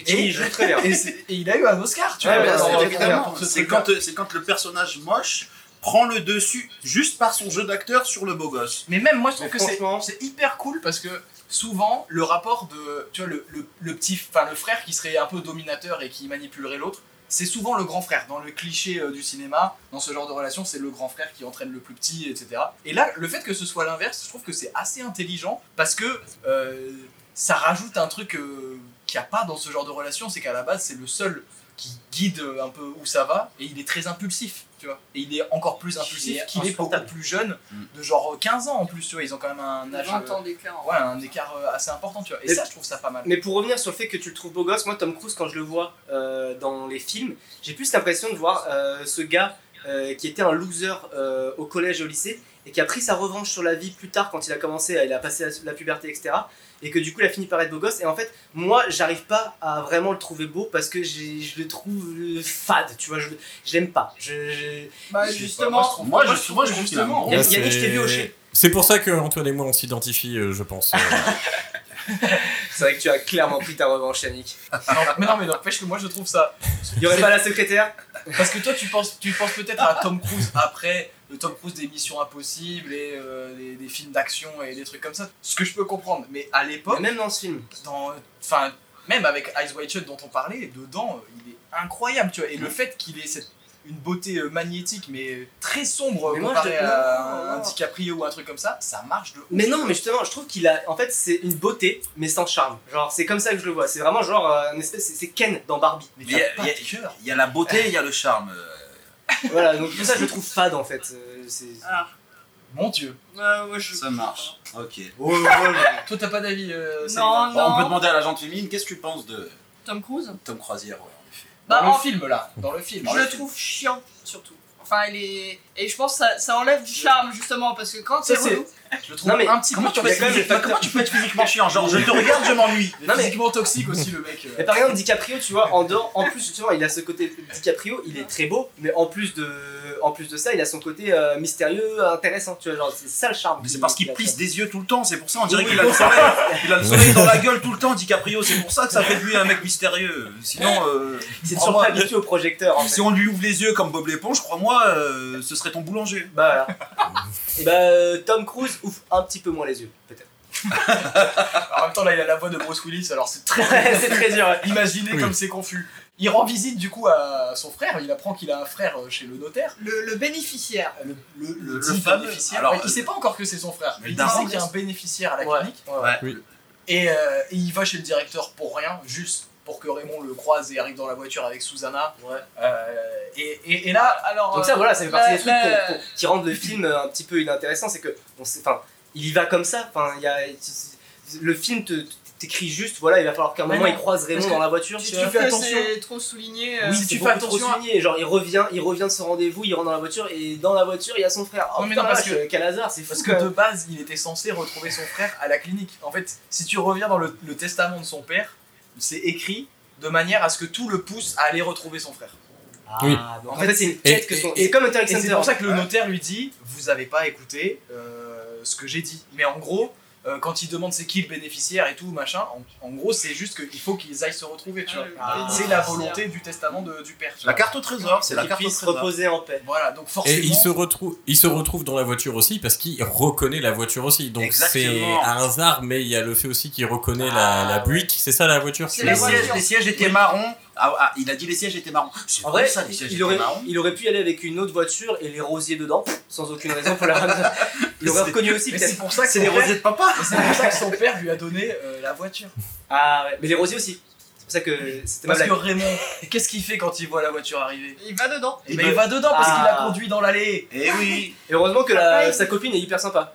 S4: qui joue très bien.
S1: Et, c'est- et il a eu un Oscar, tu
S4: Ouais,
S1: vois.
S4: mais
S1: pour-
S4: c'est
S1: pour-
S4: évidemment,
S1: pour ce
S3: Euh, C'est
S1: truc-là.
S3: quand, euh, c'est quand le personnage moche prend le dessus juste par son jeu d'acteur sur le beau gosse.
S1: Mais même moi, je trouve
S4: Mais
S1: que c'est
S4: franchement-
S1: c'est hyper cool parce que souvent, le rapport de. Tu vois, le, le- le petit. Enfin, le frère qui serait un peu dominateur et qui manipulerait l'autre. C'est souvent le grand frère. Dans le cliché euh, du cinéma, dans ce genre de relation, c'est le grand frère qui entraîne le plus petit, etc. Et là, le fait que ce soit l'inverse, je trouve que c'est assez intelligent parce que euh, ça rajoute un truc euh, qu'il n'y a pas dans ce genre de relation. C'est qu'à la base, c'est le seul qui guide euh, un peu où ça va et il est très impulsif, tu vois. Et il est encore plus
S4: Il
S1: impulsif
S4: est
S1: qu'il est beaucoup
S4: insupportable.
S1: plus jeune,
S3: Mm.
S1: de genre 15 ans en plus, tu vois. Ils ont quand même un âge.
S6: 20
S1: euh,
S6: ans d'écart.
S1: Ouais, un écart euh, assez important, tu vois. Et
S4: Mais-
S1: ça, je trouve ça pas mal.
S4: Mais pour revenir sur le fait que tu le trouves beau gosse, moi Tom Cruise quand je le vois euh, dans les films, j'ai plus l'impression de voir euh, ce gars euh, qui était un loser euh, au collège et au lycée et qui a pris sa revanche sur la vie plus tard quand il a commencé, à- il a passé la, la puberté, etc. Et que du coup il a fini par être beau gosse. Et en fait, moi j'arrive pas à vraiment le trouver beau parce que j'ai- je le trouve euh, fade, tu vois, je, je l'aime pas. Je, je-
S1: Bah,
S3: justement, moi, je- moi, je trouve qu'il a un bon
S4: Il y a-
S5: Là,
S4: il y a des
S5: c'est-
S4: je t'ai vu au chien.
S5: C'est pour ça que Antoine et moi on s'identifie, euh, je pense. euh.
S4: C'est vrai que tu as clairement pris ta revanche, Yannick.
S1: Non, mais non, mais n'empêche que moi, je trouve ça.
S4: Il y aurait pas la secrétaire
S1: Parce que toi, tu penses, tu penses peut-être à Tom Cruise après le Tom Cruise des Missions Impossibles et euh, des, des films d'action et des trucs comme ça. Ce que je peux comprendre. Mais à l'époque,
S4: Mais Même dans ce film.
S1: dans, enfin, même avec Eyes Wide Shut dont on parlait, dedans, euh, il est incroyable, tu vois. Et le fait qu'il ait cette une beauté euh, magnétique mais très sombre
S4: Mais moi,
S1: comparé
S4: je te-
S1: à
S4: non, non,
S1: un,
S4: non.
S1: DiCaprio ou un truc comme ça, ça marche de ouf.
S4: Mais non, mais justement, je trouve qu'il a. En fait, c'est une beauté, mais sans charme. Genre, c'est comme ça que je le vois. C'est vraiment genre euh, un espèce. c'est- C'est Ken dans Barbie.
S1: Mais
S3: Il
S1: t'as
S3: y, a-
S1: pas
S3: il y a-
S1: de cœur.
S3: il y a la beauté, il y a le charme. euh,
S4: voilà, donc pour ça, je le trouve fade en fait. Euh, c'est-
S6: Ah,
S1: Mon dieu.
S6: euh, ouais, moi, je-
S3: Ça marche. Ok.
S4: Oh, oh, oh,
S1: Toi, t'as pas d'avis, euh, Céline
S6: Non,
S3: Bon, on peut
S6: non.
S3: demander à la gente féminine qu'est-ce que tu penses de
S6: Tom Cruise
S3: Tom Croisière ouais, en effet.
S1: Dans
S6: Bah,
S1: le
S6: en-
S1: film, là. Dans le film.
S6: Je le trouve chiant, surtout. Enfin, il est. Et je pense que ça, ça enlève du charme, justement, parce que quand
S1: Ça,
S6: c'est
S1: c'est-
S6: relou.
S1: Je le trouve
S4: Non, mais
S1: un petit
S3: Comment
S1: peu
S3: tu,
S4: il y a
S1: toxique.
S3: peux
S4: quand même
S3: être-
S4: des facteurs.
S3: comment tu peux être physiquement chiant Genre, je te regarde, je m'ennuie.
S1: Il est
S4: Non, mais-
S1: physiquement toxique aussi, le mec.
S4: Mais
S1: euh.
S4: par exemple, DiCaprio, tu vois, en dehors, en plus, justement, il a ce côté. DiCaprio, il est très beau, mais en plus de, en plus de ça, il a son côté euh, mystérieux, intéressant. Tu vois, genre, c'est ça le charme.
S3: Mais c'est parce qu'il
S4: a,
S3: plisse
S4: tu
S3: des yeux tout le temps, c'est pour ça on dirait qu'il a le soleil. Il a le soleil dans la gueule tout le temps, DiCaprio, c'est pour ça que ça fait de lui un mec mystérieux. Sinon,
S4: vois.
S3: euh,
S4: C'est toujours pas
S3: crois-moi,
S4: habitué au projecteur en fait.
S3: si on lui ouvre les yeux comme Bob l'éponge, crois-moi, euh, ce serait ton boulanger.
S4: Bah voilà. Et bah, euh, Tom Cruise ouvre un petit peu moins les yeux, peut-être.
S1: En même temps, là, il a la voix de Bruce Willis, alors c'est très.
S4: c'est très dur. ouais.
S1: Imaginez
S5: Oui.
S1: comme c'est confus. Il rend visite du coup à son frère, il apprend qu'il a un frère euh, chez le notaire. euh,
S6: Le, le bénéficiaire.
S1: Le, le,
S3: Le- le
S1: dit
S3: fameux-
S1: bénéficiaire.
S3: alors,
S1: Ouais, il sait pas encore que c'est son frère.
S3: mais
S1: Il
S3: daron,
S1: sait qu'il y a un bénéficiaire à la
S4: Ouais.
S1: clinique.
S4: Ouais.
S1: Et, euh, et il va chez le directeur pour rien, juste pour que Raymond le croise et arrive dans la voiture avec Susanna.
S4: Ouais.
S1: Euh, et, et- et là, alors. euh,
S4: Donc ça, voilà, ça fait partie
S6: La-
S4: des trucs
S6: la-
S4: qu'on- qu'on- qui rendent le film euh, un petit peu inintéressant, c'est que, on sait- enfin, il y va comme ça. Enfin, il y a, le film te- te- t'écrit juste, voilà, il va falloir qu'à un
S1: Mais
S4: moment
S1: non,
S4: il croise Raymond
S1: parce que
S4: dans la voiture.
S1: tu-
S4: tu
S1: tu
S4: vois.
S1: fais
S6: que
S1: attention.
S6: c'est trop souligné. euh,
S4: Oui,
S1: si
S4: c'est
S1: tu fais
S4: beaucoup trop
S1: attention à-
S4: souligné, Genre, il revient, il revient de ce rendez-vous, il rentre dans la voiture et dans la voiture, il y a son frère. Oh,
S1: Non, mais
S4: putain,
S1: non, parce
S4: vache,
S1: que-
S4: quel hasard, c'est fou.
S1: Parce que
S4: quoi.
S1: de base, il était censé retrouver son frère à la clinique. En fait, si tu reviens dans le, le testament de son père, c'est écrit de manière à ce que tout le pousse à aller retrouver son frère.
S4: Ah,
S5: Oui.
S4: donc en fait, c'est une
S5: et-
S4: quête que son. C'est comme
S1: Et
S4: Interactive
S1: c'est pour ça que le notaire lui dit Vous avez pas écouté euh, ce que j'ai dit. Mais en gros, euh, quand il demande c'est qui le bénéficiaire et tout, machin, en, en gros, c'est juste qu'il faut qu'ils aillent se retrouver, tu vois.
S4: Ah.
S1: c'est la volonté du testament de- du père. tu
S3: La
S1: vois.
S3: carte au trésor, c'est la
S4: qu'il
S3: carte au
S4: puisse
S3: trésor.
S4: reposer en paix.
S1: Voilà, donc forcément.
S5: Et il se, retrouve, il se retrouve dans la voiture aussi parce qu'il reconnaît la voiture aussi. Donc c'est
S3: Exactement.
S5: un hasard, mais il y a le fait aussi qu'il reconnaît
S4: Ah,
S5: la, la
S4: ouais.
S5: Buick. C'est ça la voiture
S6: C'est
S5: tu
S3: Les
S6: la
S5: vois.
S3: sièges,
S6: voiture.
S3: les sièges étaient marrons. Ah, ah, il a dit les sièges étaient marrons. C'est
S4: En
S3: vrai,
S4: vrai,
S3: ça, les sièges
S4: il
S3: étaient
S4: aurait,
S3: marrons.
S4: il aurait pu y aller avec une autre voiture et les rosiers dedans, sans aucune raison pour la ramener. Il aurait
S3: C'est-
S4: reconnu aussi
S1: Mais c'est
S4: peut-être.
S1: pour ça que
S3: C'est
S1: son
S3: les
S1: père-
S3: rosiers de papa.
S1: mais c'est pour ça que son père lui a donné euh, la voiture.
S4: Ah ouais, mais les rosiers aussi. C'est pour ça que c'était ma
S1: Parce que
S4: blague.
S1: Raymond, qu'est-ce qu'il fait quand il voit la voiture arriver
S6: Il va dedans.
S1: Eh ben, il va dedans parce
S4: Ah.
S1: qu'il la conduit dans l'allée.
S3: Eh oui.
S4: Et heureusement que la-
S6: Après, il-
S4: sa copine est hyper sympa.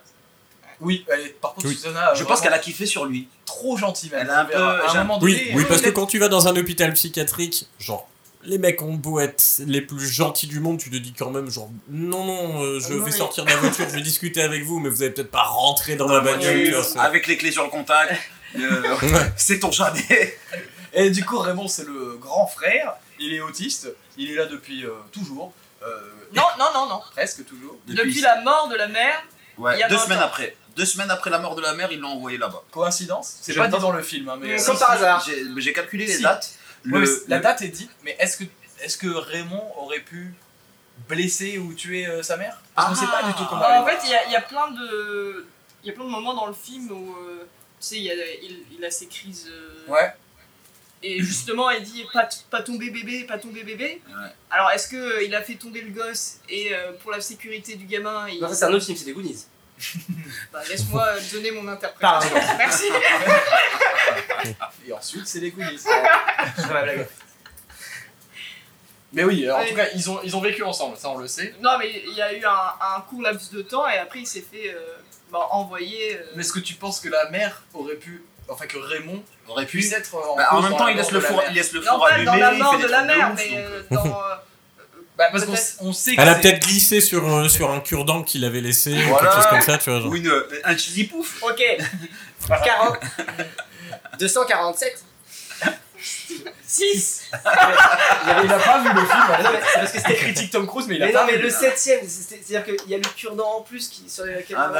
S1: Oui, elle est- par contre,
S5: Oui.
S1: Susanna, euh,
S3: Ah, Je pense qu'elle a kiffé sur lui.
S1: trop gentille, même.
S3: Elle a un peu-
S1: À
S3: j'ai-
S1: un moment
S5: Oui,
S1: donné,
S5: oui,
S1: euh,
S5: parce que
S1: peut-être-
S5: quand tu vas dans un hôpital psychiatrique, genre, les mecs ont beau être les plus gentils du monde, tu te dis quand même, genre, non, non, euh, je
S6: Non,
S5: vais
S6: mais-
S5: sortir de la voiture, je vais discuter avec vous, mais vous allez peut-être pas rentrer dans ma bagnole.
S3: Oui,
S5: Ah, bah, tu vois, c'est-
S3: Euh, Avec les clés sur le contact. Euh,
S5: Ouais.
S3: c'est ton jamais.
S1: Et du coup, Raymond, c'est le grand frère. Il est autiste. Il est là depuis euh, toujours. Euh,
S6: Non, non, non, non.
S1: Presque toujours.
S6: Depuis, la mort de la mère, il y a
S3: Ouais, deux
S6: 20
S3: semaines
S6: ans.
S3: après. Deux semaines après la mort de la mère, ils l'ont envoyé là-bas.
S1: Coïncidence C'est
S4: J'aime
S1: pas
S4: pas.
S1: dit dans le film, hein, mais.
S6: Mm.
S1: euh,
S4: Comme par hasard.
S3: J'ai mais j'ai calculé les
S1: Si.
S3: dates.
S1: ouais, mais
S3: Le-
S1: la
S3: le-
S1: date est dite, mais est-ce que, est que Raymond aurait pu blesser ou tuer euh, sa mère Parce qu'on
S3: Ah.
S1: sait pas du tout comment.
S6: Non, en
S1: elle est
S6: fait, il y, a- il y a plein de, il y a plein de moments dans le film où, euh, tu sais, il, y a- il- il a ses crises. euh,
S1: morte. Ouais.
S6: Et justement, il dit pas, t- pas tomber bébé, pas tomber bébé.
S3: Ouais.
S6: Alors, est-ce que euh, il a fait tomber le gosse et euh, pour la sécurité du gamin, il...
S4: Non, ça c'est un autre film, c'est des Goonies.
S6: Bah, laisse-moi euh, donner mon interprétation.
S4: Pardon.
S6: Merci.
S1: Et ensuite, c'est les coulisses.
S4: C'est pas ma blague.
S1: mais oui, euh, en
S6: Ouais.
S1: tout cas, ils ont, ils ont vécu ensemble, ça on le sait.
S6: non, mais il y a eu un, un court laps de temps et après il s'est fait euh, bah, envoyer. euh,
S1: Mais est-ce que tu penses que la mère aurait pu. Enfin, que Raymond
S3: Aurait pu.
S1: puisse être. euh, En,
S3: Bah, en
S1: cause
S3: même
S1: dans
S3: temps,
S1: la
S3: il
S1: mort
S3: laisse
S1: de
S3: le
S1: la
S3: four,
S1: mère
S3: il laisse le
S6: non,
S3: four
S6: pas
S3: allumé.
S6: dans la
S3: il
S6: mort
S3: fait des
S6: de la
S3: trucs de
S6: mère,
S3: ouf,
S6: mais
S3: donc, euh,
S6: euh, dans. euh,
S1: Bah, parce qu'on
S6: Peut-être.
S1: s- on sait que.
S5: Elle a
S1: c'est-
S5: peut-être glissé sur, euh, sur un cure-dent qu'il avait laissé, ou
S3: Voilà.
S5: quelque chose comme ça, tu vois. genre.
S3: Ou une, un chili pouf.
S4: Ok. 40. 247.
S6: 6
S1: Il a, il a pas vu le film. en fait.
S4: Ah non, mais c'est parce que
S1: Il
S4: c'était critique.
S1: critique Tom Cruise, mais il a
S4: Mais
S1: pas
S4: non, mais
S1: vu.
S4: le septième, c'est- c'est-à-dire qu'il y a le cure-dent en plus qui sur lequel.
S3: Ah,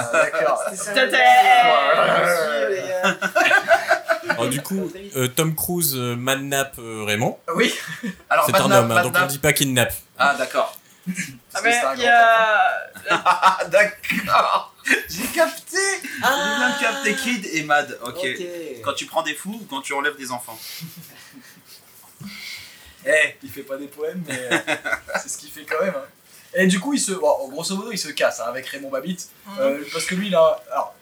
S1: Ah, d'accord.
S4: C'est ça, les
S6: Tata.
S1: ah,
S4: gars. Je suis, les gars.
S5: Alors, du coup, euh, Tom Cruise euh, mannappe euh, Raymond.
S1: Oui.
S3: Alors,
S5: C'est un
S3: Badnap,
S5: homme, hein, donc
S3: Badnap.
S5: on dit pas kidnappe.
S3: Ah, d'accord.
S6: Ah,
S1: Parce que
S6: mais
S1: c'est un
S6: il
S1: grand
S6: y a.
S3: Ah, d'accord. J'ai capté. J'ai bien
S4: Ah,
S3: capté Kid et Mad. Ok.
S4: Ok.
S3: Quand tu prends des fous ou quand tu enlèves des enfants.
S1: Eh, il fait pas des poèmes, mais euh, c'est ce qu'il fait quand même. hein. Et du coup, il se, bon, grosso modo, il se casse hein, avec Raymond Babbitt,
S6: Mhm.
S1: euh, parce que lui, il a, alors,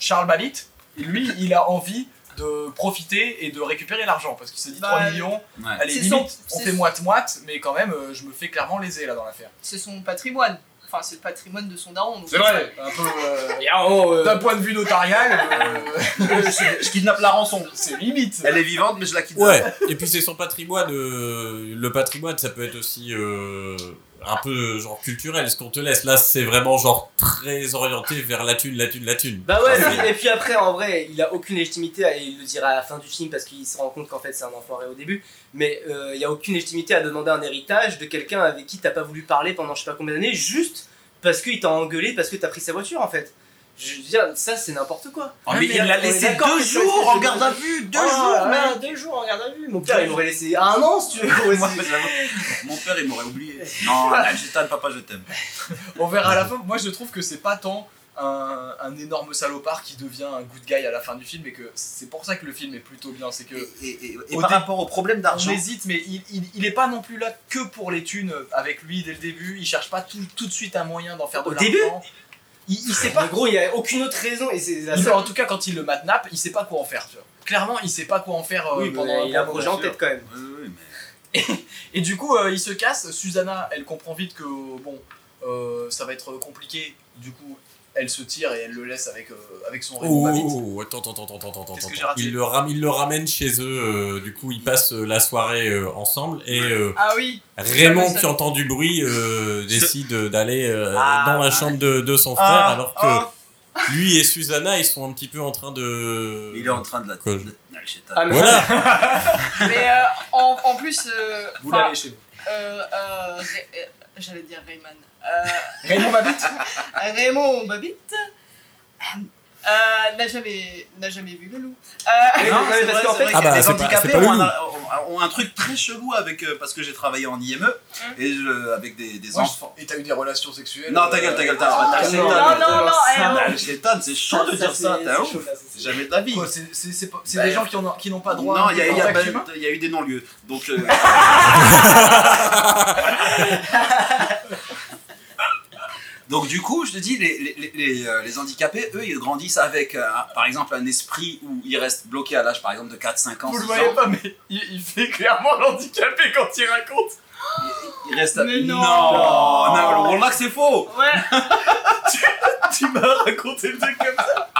S1: Charles Babbitt, lui, il a envie de profiter et de récupérer l'argent, parce qu'il se dit
S6: Bah,
S1: 3 millions,
S3: Ouais.
S1: allez,
S6: c'est
S1: limite,
S6: son-
S1: on
S6: c'est
S1: fait
S6: son-
S1: moite-moite, mais quand même, euh, je me fais clairement léser là dans l'affaire.
S6: C'est son patrimoine. Enfin, c'est le patrimoine de son daron. donc-
S1: Un peu, euh,
S4: Et alors, euh,
S1: d'un point de vue notarial, euh,
S3: je, je kidnappe la rançon.
S1: c'est limite.
S3: Elle est vivante, mais je la kidnappe.
S5: Ouais, et puis c'est son patrimoine. euh, le patrimoine, ça peut être aussi euh, un peu euh, genre culturel, ce qu'on te laisse. Là, c'est vraiment genre très orienté vers la thune, la thune, la thune.
S4: Bah
S3: Ah,
S4: ouais, et puis, et puis après, en vrai, il a aucune légitimité, et il le dira à la fin du film parce qu'il se rend compte qu'en fait c'est un enfoiré au début, mais euh, il y a aucune légitimité à demander un héritage de quelqu'un avec qui t'as pas voulu parler pendant je sais pas combien d'années, juste parce qu'il t'a engueulé, parce que t'as pris sa voiture en fait. Je veux dire, ça c'est n'importe quoi.
S3: Oh,
S4: Ouais,
S3: mais
S4: mais
S3: il l'a
S4: on est
S3: laissé
S4: d'accord
S3: deux
S4: que ça,
S3: jours
S4: c'est-
S3: en garde à vue. Deux
S4: Ah,
S3: jours,
S4: ouais,
S3: merde.
S4: Deux jours, regarde à vue. Mon père, il m'aurait laissé un an si tu veux.
S3: Moi, j'avoue, Mon père, il m'aurait oublié. Non, je t'aime, papa, je t'aime.
S1: On verra à la fin. Moi, je trouve que c'est pas tant un, un énorme salopard qui devient un good guy à la fin du film, et que c'est pour ça que le film est plutôt bien. C'est que
S3: Et, et- et
S1: Au
S3: par
S1: dé-
S3: rapport au problème
S1: on
S3: d'argent,
S1: hésite, mais il, il, il est pas non plus là que pour les thunes avec lui dès le début. Il cherche pas tout, tout de suite un moyen d'en faire de
S4: Au
S1: l'argent.
S4: début
S1: il, il sait
S4: En
S1: pas.
S4: gros, il y a aucune autre raison et c'est la
S1: il-
S4: seule-
S1: en tout cas, quand il le matnappe, il sait pas quoi en faire. tu vois. Clairement, il sait pas quoi en faire euh,
S4: Oui,
S1: pendant
S4: mais il a un
S1: pendant-
S4: projet en tête quand même.
S3: Oui, oui, mais-
S1: Et du coup, euh, il se casse. Susanna, elle comprend vite que bon, euh, ça va être compliqué. Du coup, elle se tire et elle le laisse avec, euh, avec son rayon
S5: Oh,
S1: Babbitt.
S5: oh, oh, attends, attends, attends, attends, attends,
S1: Qu'est-ce
S5: attends.
S1: que j'ai raté
S5: Ils le, ram- ils le ramènent chez eux, euh, du coup ils passent euh, la soirée euh, ensemble et euh,
S6: Ah oui,
S5: Raymond
S6: ça.
S5: qui entend du bruit euh, décide euh, d'aller euh,
S6: Ah,
S5: dans la
S6: ouais.
S5: chambre de, de son frère
S6: Ah,
S5: alors que
S6: ah.
S5: lui et Susanna ils sont un petit peu en train de...
S3: Il est en train de la.
S5: Quoi,
S3: de- Ah, je sais pas.
S4: Ah, mais
S5: Voilà
S6: mais euh, en, en plus, euh,
S4: Vous
S6: enfin,
S3: Ah.
S4: l'avez chez vous.
S6: euh, euh, Ray- euh, j'allais dire Rayman, euh,
S1: Raymond Babbitt
S6: Raymond Babbitt euh, n'a jamais, n'a jamais vu le loup. Euh,
S4: Mais
S3: Non,
S4: non, mais
S3: c'est
S4: parce
S3: vrai,
S4: qu'en
S3: c'est
S4: fait,
S3: vrai
S5: Ah
S3: que
S5: bah,
S3: les
S5: c'est pas-
S3: handicapés
S5: c'est pas le
S3: ont, un, ont un truc très chelou avec euh, parce que j'ai travaillé en IME et je- avec des, des
S1: Oui,
S3: enfants.
S1: Et t'as eu des relations sexuelles
S3: Non, ta
S1: euh,
S3: gueule, ta gueule, ta gueule.
S4: Ah,
S3: Je
S4: non,
S6: non, non, non, eh, non.
S3: Ah, c'est chaud de dire ça, t'as ouf. C'est jamais de la vie.
S1: Quoi, c'est- C'est c'est pas- c'est
S3: Bah,
S1: des gens qui en ont- qui n'ont pas droit
S3: Non,
S1: à un
S3: il y, a- il y a-
S1: contact
S3: ben,
S1: humain
S3: il y a eu des non-lieux. Donc, euh, donc du coup, je te dis, les, les- les- les, euh, les handicapés, eux, ils grandissent avec, euh, un- par exemple, un esprit où ils restent bloqués à l'âge, par exemple, de 4-5 ans,
S1: Vous le
S3: 6
S1: voyez
S3: ans.
S1: pas, mais il, il fait clairement l'handicapé quand il raconte.
S3: Ils restent à-
S6: Mais non.
S3: non, non, le Warlock, c'est faux
S6: ouais,
S1: tu m'as raconté le truc comme ça.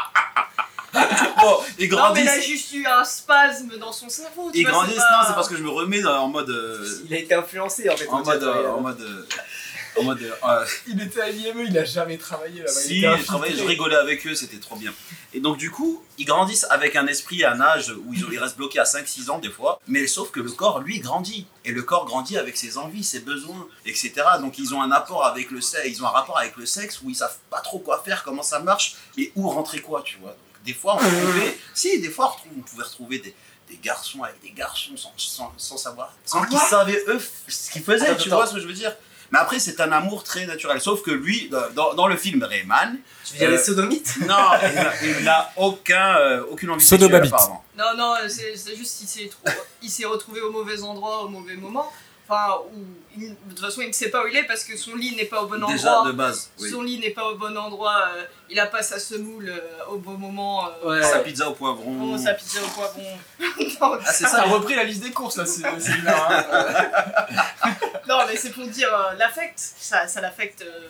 S3: Bon, Ils
S6: non, mais il a
S3: grandissent,
S6: juste eu un spasme dans son cerveau. tu
S3: ils
S6: vois,
S3: grandissent,
S6: c'est pas-
S3: non, c'est parce que je me remets dans- en mode... euh,
S4: Il a été influencé en fait.
S3: en
S4: on dirait,
S3: mode... euh,
S4: euh,
S3: en mode... euh, en mode euh,
S1: Il était à l'IME, il a jamais travaillé là-bas. il
S3: Si,
S1: était
S3: je
S1: infiltré.
S3: travaillais, je rigolais avec eux, c'était trop bien. Et donc, du coup, ils grandissent avec un esprit à un âge où ils, ont- ils restent bloqués à 5-6 ans, des fois. Mais sauf que le corps, lui, grandit. Et le corps grandit avec ses envies, ses besoins, etc. Donc, ils ont un apport avec le sexe, ils ont un rapport avec le sexe où ils savent pas trop quoi faire, comment ça marche et où rentrer quoi, tu vois. Donc, des fois, on retrouvait, si, des fois, on, retrouve- on pouvait retrouver des, des garçons avec des garçons sans, sans, sans savoir, sans qu'ils savaient eux f- ce qu'ils faisaient,
S4: Attends,
S3: tu
S4: attends.
S3: vois ce que je veux dire. Mais après, c'est un amour très naturel. Sauf que lui, dans- dans, dans le film Rayman,
S4: Tu veux dire
S3: euh,
S4: les sodomites
S3: non, il n'a- il n'a aucun, euh, aucune envie
S5: Sodo
S3: sexuelle,
S5: Babbitt.
S3: apparemment.
S6: Non, non, c'est c'est juste qu'il s'est trou- il s'est retrouvé au mauvais endroit, au mauvais moment. Enfin, où il- de toute façon, il ne sait pas où il est parce que son lit n'est pas au bon endroit.
S3: Déjà de base. oui.
S6: Son lit n'est pas au bon endroit. euh, il a pas sa semoule euh, au bon moment. euh,
S4: Ouais.
S3: Sa pizza au poivron.
S6: bon, sa pizza au poivron. non,
S3: Ah, c'est
S1: Ça a
S3: ça.
S1: repris la liste des courses là, c'est c'est bizarre. hein.
S6: non, mais c'est pour dire euh, l'affect. Ça, ça l'affecte. euh.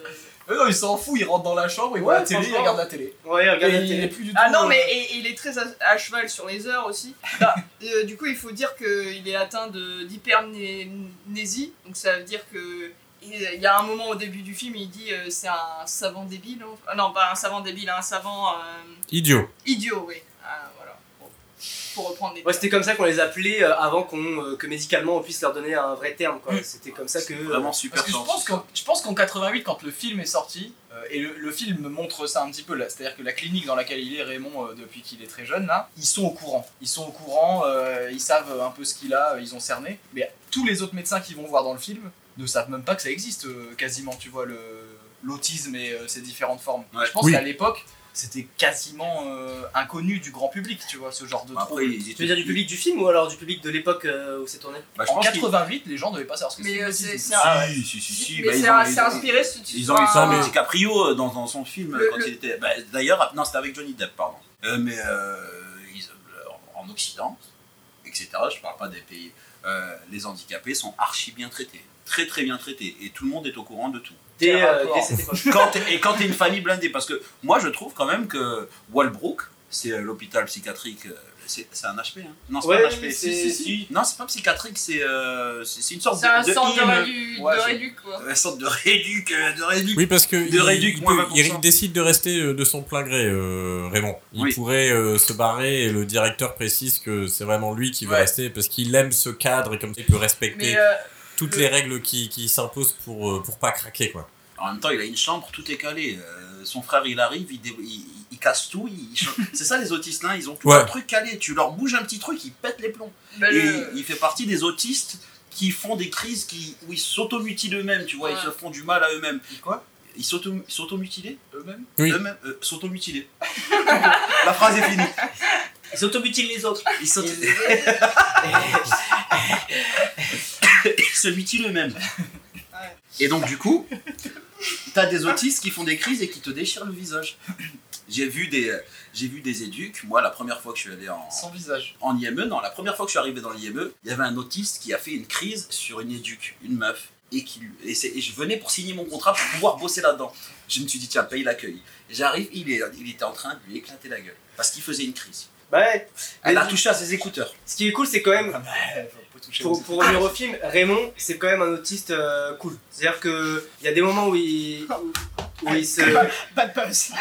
S1: Euh, non, il s'en fout, il rentre dans la chambre, il voit
S4: Ouais,
S1: la télé, il
S4: franchement.
S1: regarde la télé.
S4: Ouais, regarde
S1: Et
S4: la
S1: il est
S4: télé.
S1: plus du tout.
S6: Ah non,
S1: euh,
S6: mais et- et il est très à, à cheval sur les heures aussi. Bah, euh, du coup, il faut dire qu'il est atteint de- d'hypermnésie. Donc ça veut dire que il il y a un moment au début du film, il dit euh, c'est un savant débile. hein. Ah non, pas un savant débile, un savant euh,
S5: Idiot.
S6: idiot, oui. Ah, voilà. Bon. Pour reprendre les
S4: Ouais, c'était comme ça qu'on les appelait euh, avant qu'on euh, que médicalement on puisse leur donner un vrai terme quoi. C'était comme ça que euh,
S3: Vraiment super
S1: Parce que je pense qu'en je pense qu'en 88, quand le film est sorti, euh, et le, le film montre ça un petit peu là, c'est-à-dire que la clinique dans laquelle il est, Raymond, euh, depuis qu'il est très jeune là, ils sont au courant. Ils sont au courant, euh, ils savent un peu ce qu'il a, euh, ils ont cerné. Mais tous les autres médecins qui vont voir dans le film ne savent même pas que ça existe euh, quasiment, tu vois, le l'autisme et euh, ses différentes formes.
S3: Ouais.
S1: Je pense
S5: Oui.
S1: qu'à l'époque, c'était quasiment euh, inconnu du grand public, tu vois, ce genre de
S3: Bah, Après,
S1: trouble.
S3: ils étaient-
S4: Tu veux dire du public du film ou alors du public de l'époque euh, où c'est tourné
S3: Bah, je
S1: En
S3: pense qu'ils-
S1: 88, les gens devaient pas savoir ce que
S6: Mais,
S1: c'était.
S6: euh,
S1: l'autisme.
S6: c'est- c'est un- Ah ouais.
S3: Si, si, si, si,
S6: mais
S3: bah,
S6: c'est
S3: ils ont-
S6: c'est
S3: ils ont-
S6: inspiré ce
S3: Ils ont eu ça,
S6: enfin,
S3: mais DiCaprio euh, dans, dans son film
S6: Bah, Le-
S3: quand
S6: le-
S3: il était. bah, D'ailleurs, non, c'était avec Johnny Depp, pardon. Euh, mais euh, ils- euh, en en Occident, etc. Je parle pas des pays. euh, les handicapés sont archi bien traités, très très bien traités, et tout le monde est au courant de tout.
S4: dès,
S1: Quel
S4: euh,
S1: rapport
S4: dès cette époque
S3: quand t'es- et quand t'es une famille blindée. Parce que moi, je trouve quand même que Walbrook, c'est euh, l'hôpital psychiatrique, euh, c'est c'est un HP. Hein. Non, c'est
S4: Ouais,
S3: pas un HP.
S4: c'est-
S3: si, si, si. Non, c'est pas psychiatrique, c'est euh, c'est- c'est une sorte
S6: C'est
S3: de,
S6: un
S3: de
S6: centre de,
S3: IME.
S6: rédu-
S1: Ouais,
S6: de
S1: c'est-
S6: réduc, quoi.
S3: Une sorte de réduc, euh, de réduc.
S5: Oui, parce que il,
S3: réduc,
S5: il
S3: moins
S5: peut-
S3: 20%.
S5: il décide de rester euh, de son plein gré, euh, Raymond. Il
S3: Oui.
S5: pourrait euh, se barrer et le directeur précise que c'est vraiment lui qui veut
S1: Ouais.
S5: rester parce qu'il aime ce cadre et comme ça il peut respecter
S6: Mais euh,
S5: toutes
S6: le-
S5: les règles qui, qui s'imposent pour, euh, pour pas craquer, quoi.
S3: En même temps, il a une chambre, tout est calé. Euh, son frère, il arrive, il, dé- il, il casse tout. il- il- C'est ça les autistes, hein, ils ont tout
S5: Ouais.
S3: un truc calé. Tu leur bouges un petit truc, ils pètent les plombs.
S6: bah,
S3: Et
S6: le-
S3: il fait partie des autistes qui font des crises qui, où ils s'automutilent eux-mêmes, tu vois,
S6: Ouais.
S3: ils se font du mal à eux-mêmes.
S1: Quoi
S3: Ils s'auto- s'automutilaient eux-mêmes
S5: Oui.
S3: Eux-mêmes, euh, s'automutilés. La phrase est finie.
S4: Ils automutilent les autres.
S3: Ils, s'auto- ils se mutilent eux-mêmes.
S6: Ouais.
S3: Et donc, du coup, t'as des autistes qui font des crises et qui te déchirent le visage. J'ai vu des, j'ai vu des éduques. Moi, la première fois que je suis allé en,
S1: Sans visage.
S3: en E, IME, non, la première fois que je suis arrivé dans l'IME, il y avait un autiste qui a fait une crise sur une éduque, une meuf. et, qui, et, c'est- et je venais pour signer mon contrat pour pouvoir bosser là-dedans. Je me suis dit, tiens, paye l'accueil. J'arrive, il, est, il était en train de lui éclater la gueule parce qu'il faisait une crise.
S4: Bah ouais.
S3: Elle
S4: Mais
S3: a
S4: du-
S3: touché à ses écouteurs.
S4: Ce qui est cool, c'est quand même pour, pour revenir au film, Raymond, c'est quand même un autiste euh, cool. C'est-à-dire que il y a des moments où il, où il se.
S6: Bad buzz.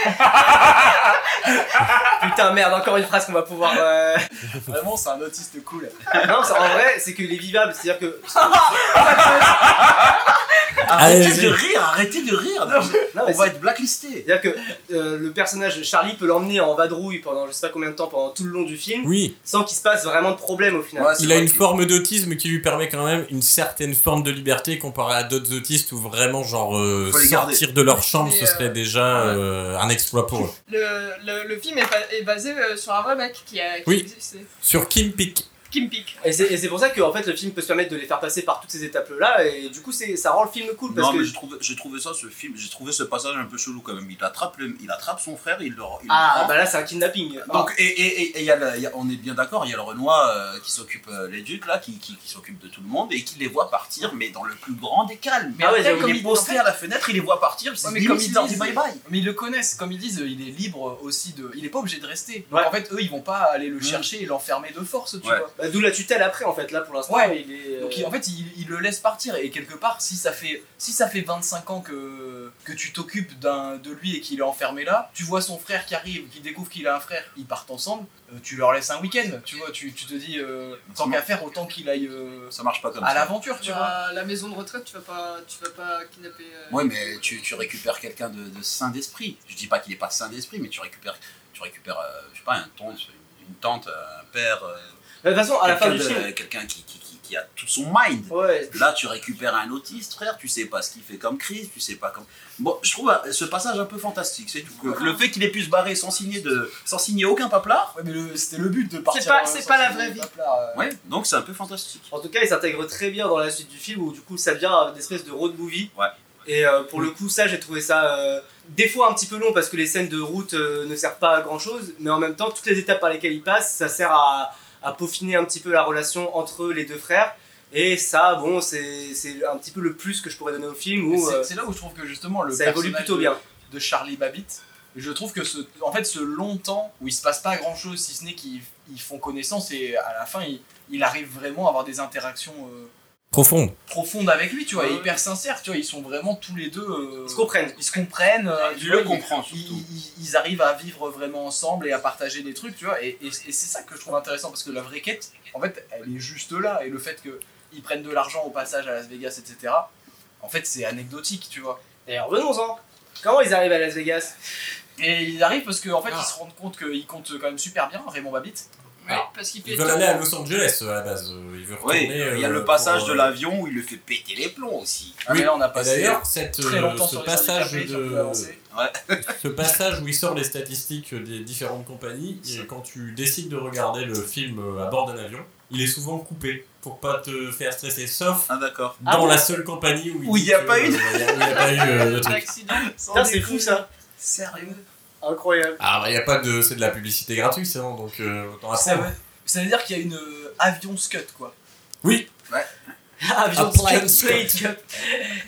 S4: Putain, merde, encore une phrase qu'on va pouvoir. euh,
S1: Vraiment, c'est un autiste cool.
S4: Non, c'est- en vrai, c'est qu'il est vivable. C'est-à-dire que.
S3: Ah, Arrêtez
S5: Allez-y.
S3: de rire, arrêtez de rire.
S4: Non,
S3: On
S4: mais
S3: va
S4: c'est-
S3: être blacklisté.
S4: c'est-à-dire que euh, le personnage Charlie peut l'emmener en vadrouille pendant je sais pas combien de temps, pendant tout le long du film,
S5: Oui,
S4: sans qu'il se passe vraiment de problème au final.
S3: Ouais, Ah, c'est
S5: il a
S3: vrai
S5: une
S3: que-
S5: forme d'autisme qui lui permet quand même une certaine forme de liberté comparée à d'autres autistes où vraiment, genre, euh,
S3: Faut les garder.
S5: sortir de leur chambre,
S6: Mais,
S5: ce
S6: euh,
S5: serait déjà euh, un exploit pour eux.
S6: Le, le, le film est, ba- est basé euh, sur un vrai mec qui a qui
S5: Oui.
S6: existé.
S5: Sur Kim Pick,
S6: Kim Peek.
S4: Et c'est et c'est pour ça que en fait, le film peut se permettre de les faire passer par toutes ces étapes-là, et du coup, c'est- ça rend le film cool. Parce
S3: Non,
S4: que
S3: mais je trouve, je trouvais ça, ce film, j'ai trouvé ce passage un peu chelou quand même. Il attrape, le- il attrape son frère, il le, il le
S4: Ah,
S3: prend.
S4: bah là, c'est un kidnapping.
S3: Donc, et, et, et- et il y a le- il y a- on est bien d'accord, il y a le Renoir euh, qui s'occupe, euh, les ducs là, qui, qui, qui s'occupe de tout le monde et qui les voit partir, mais dans le plus grand des calmes.
S4: Ah ouais,
S3: Après,
S4: donc
S3: comme
S4: il-
S3: il est posté
S1: en fait-
S3: à la fenêtre, il les voit partir, c'est
S1: Ouais, mais
S3: limite,
S1: comme ils
S3: il leur dit
S1: disent-
S3: bye bye.
S1: Mais ils le connaissent, comme ils disent, il est libre aussi de. Il est pas obligé de rester. Donc
S4: Ouais.
S1: en fait, eux, ils vont pas aller le
S3: Mm.
S1: chercher et l'enfermer de force, tu
S3: Ouais.
S1: vois.
S4: Bah, D'où la tutelle après, en fait, là, pour l'instant.
S1: Ouais.
S4: il est. euh,
S1: Donc il- en fait, ils il le laissent partir. Et quelque part, si ça fait, si ça fait 25 ans que, que tu t'occupes d'un- de lui et qu'il est enfermé là, tu vois son frère qui arrive, qui découvre qu'il a un frère, ils partent ensemble, euh, tu leur laisses un week-end. Tu vois, tu, tu te dis, euh, tant qu'à faire, autant qu'il aille euh,
S3: Ça marche pas comme
S1: à
S3: ça.
S1: l'aventure, tu vois.
S6: À Bah, la maison de retraite, tu vas pas, tu vas pas kidnapper. euh,
S3: Ouais, mais tu, tu récupères quelqu'un de, de sain d'esprit. Je dis pas qu'il est pas sain d'esprit, mais tu récupères, tu récupères, euh, je sais pas, un tante, une tante, un père, euh,
S4: De toute façon, à la fin
S3: quelqu'un
S4: du film.
S3: de- quelqu'un qui, qui, qui, qui a tout son mind.
S4: Ouais.
S3: Là, tu récupères un autiste, frère, tu sais pas ce qu'il fait comme crise, tu sais pas comme. Bon, je trouve euh, ce passage un peu fantastique, c'est tout. Le- Le fait qu'il ait pu se barrer sans signer, de... sans signer aucun paplard,
S1: Ouais, mais le- c'était le but de partir.
S6: pas-
S1: euh,
S6: c'est
S1: sans
S6: pas la
S1: qu'il
S6: vraie
S1: ait
S6: vie.
S1: pas plat, euh.
S3: ouais, donc c'est un peu fantastique.
S4: En tout cas, il s'intègre très bien dans la suite du film où du coup ça devient une espèce de road movie.
S3: Ouais.
S4: Et euh, pour le coup, ça j'ai trouvé ça euh, des fois un petit peu long parce que les scènes de route euh, ne servent pas à grand chose, mais en même temps, toutes les étapes par lesquelles il passe, ça sert à, à peaufiner un petit peu la relation entre les deux frères. Et ça, bon, c'est c'est un petit peu le plus que je pourrais donner au film
S1: Mais
S4: où
S1: c'est-
S4: euh,
S1: C'est là où je trouve que justement le
S4: ça évolue
S1: personnage
S4: plutôt
S1: de-
S4: bien.
S1: de Charlie Babbitt. Je trouve que ce, en fait, ce long temps où il se passe pas grand chose, si ce n'est qu'ils ils font connaissance et à la fin, il, il arrive vraiment à avoir des interactions euh,
S5: profonde.
S1: profondes avec lui, tu vois,
S4: Ouais,
S1: et
S4: ouais.
S1: hyper sincères, tu vois, ils sont vraiment tous les deux. euh,
S4: Ils se comprennent.
S1: ils se comprennent. euh, tu vois, ils-
S3: comprends
S1: ils, ils- ils arrivent à vivre vraiment ensemble et à partager des trucs, tu vois, et, et- et c'est ça que je trouve intéressant parce que la vraie quête, en fait, elle est juste là, et le fait qu'ils prennent de l'argent au passage à Las Vegas, etc., en fait, c'est anecdotique, tu vois.
S4: Et revenons-en. Comment ils arrivent à Las Vegas
S1: Et ils arrivent parce qu'en en fait
S5: Ah.
S1: ils se rendent compte qu'ils comptent quand même super bien, Raymond Babbitt.
S6: ouais,
S5: alors,
S6: parce qu'il fait.
S5: Ils veulent aller à Los Angeles euh, à la base. euh, Ils veulent
S3: Oui,
S5: retourner,
S3: il y a
S5: euh,
S3: le passage
S5: pour,
S3: de
S5: euh,
S3: l'avion où il le fait péter les plombs aussi.
S1: Ah, mais là on a
S5: Et
S1: passé
S5: D'ailleurs, cette,
S1: très
S5: euh,
S1: longtemps
S5: ce
S1: sur les
S5: passage
S1: handicapés, sur le
S5: de,
S1: avancé.
S5: ce passage où il sort les statistiques des différentes compagnies, et quand tu décides de regarder le film euh, à bord d'un avion, il est souvent coupé pour pas te faire stresser, sauf
S3: Ah, d'accord.
S5: dans la seule compagnie où
S3: Où il
S5: dit
S3: y a
S5: que,
S3: pas eu de-
S5: euh, il y a- où il y a pas eu euh, de truc.
S6: L'accident.
S4: Putain, c'est fou ça.
S1: Sérieux
S4: Incroyable.
S5: Ah, bah, il y a pas de, c'est de la publicité gratuite, c'est bon, donc euh, autant
S1: ça
S5: apprendre.
S1: veut, ça veut dire qu'il y a une euh, avion scud quoi.
S4: Avion
S5: Un
S4: Plane
S5: plane cut.
S4: Cut.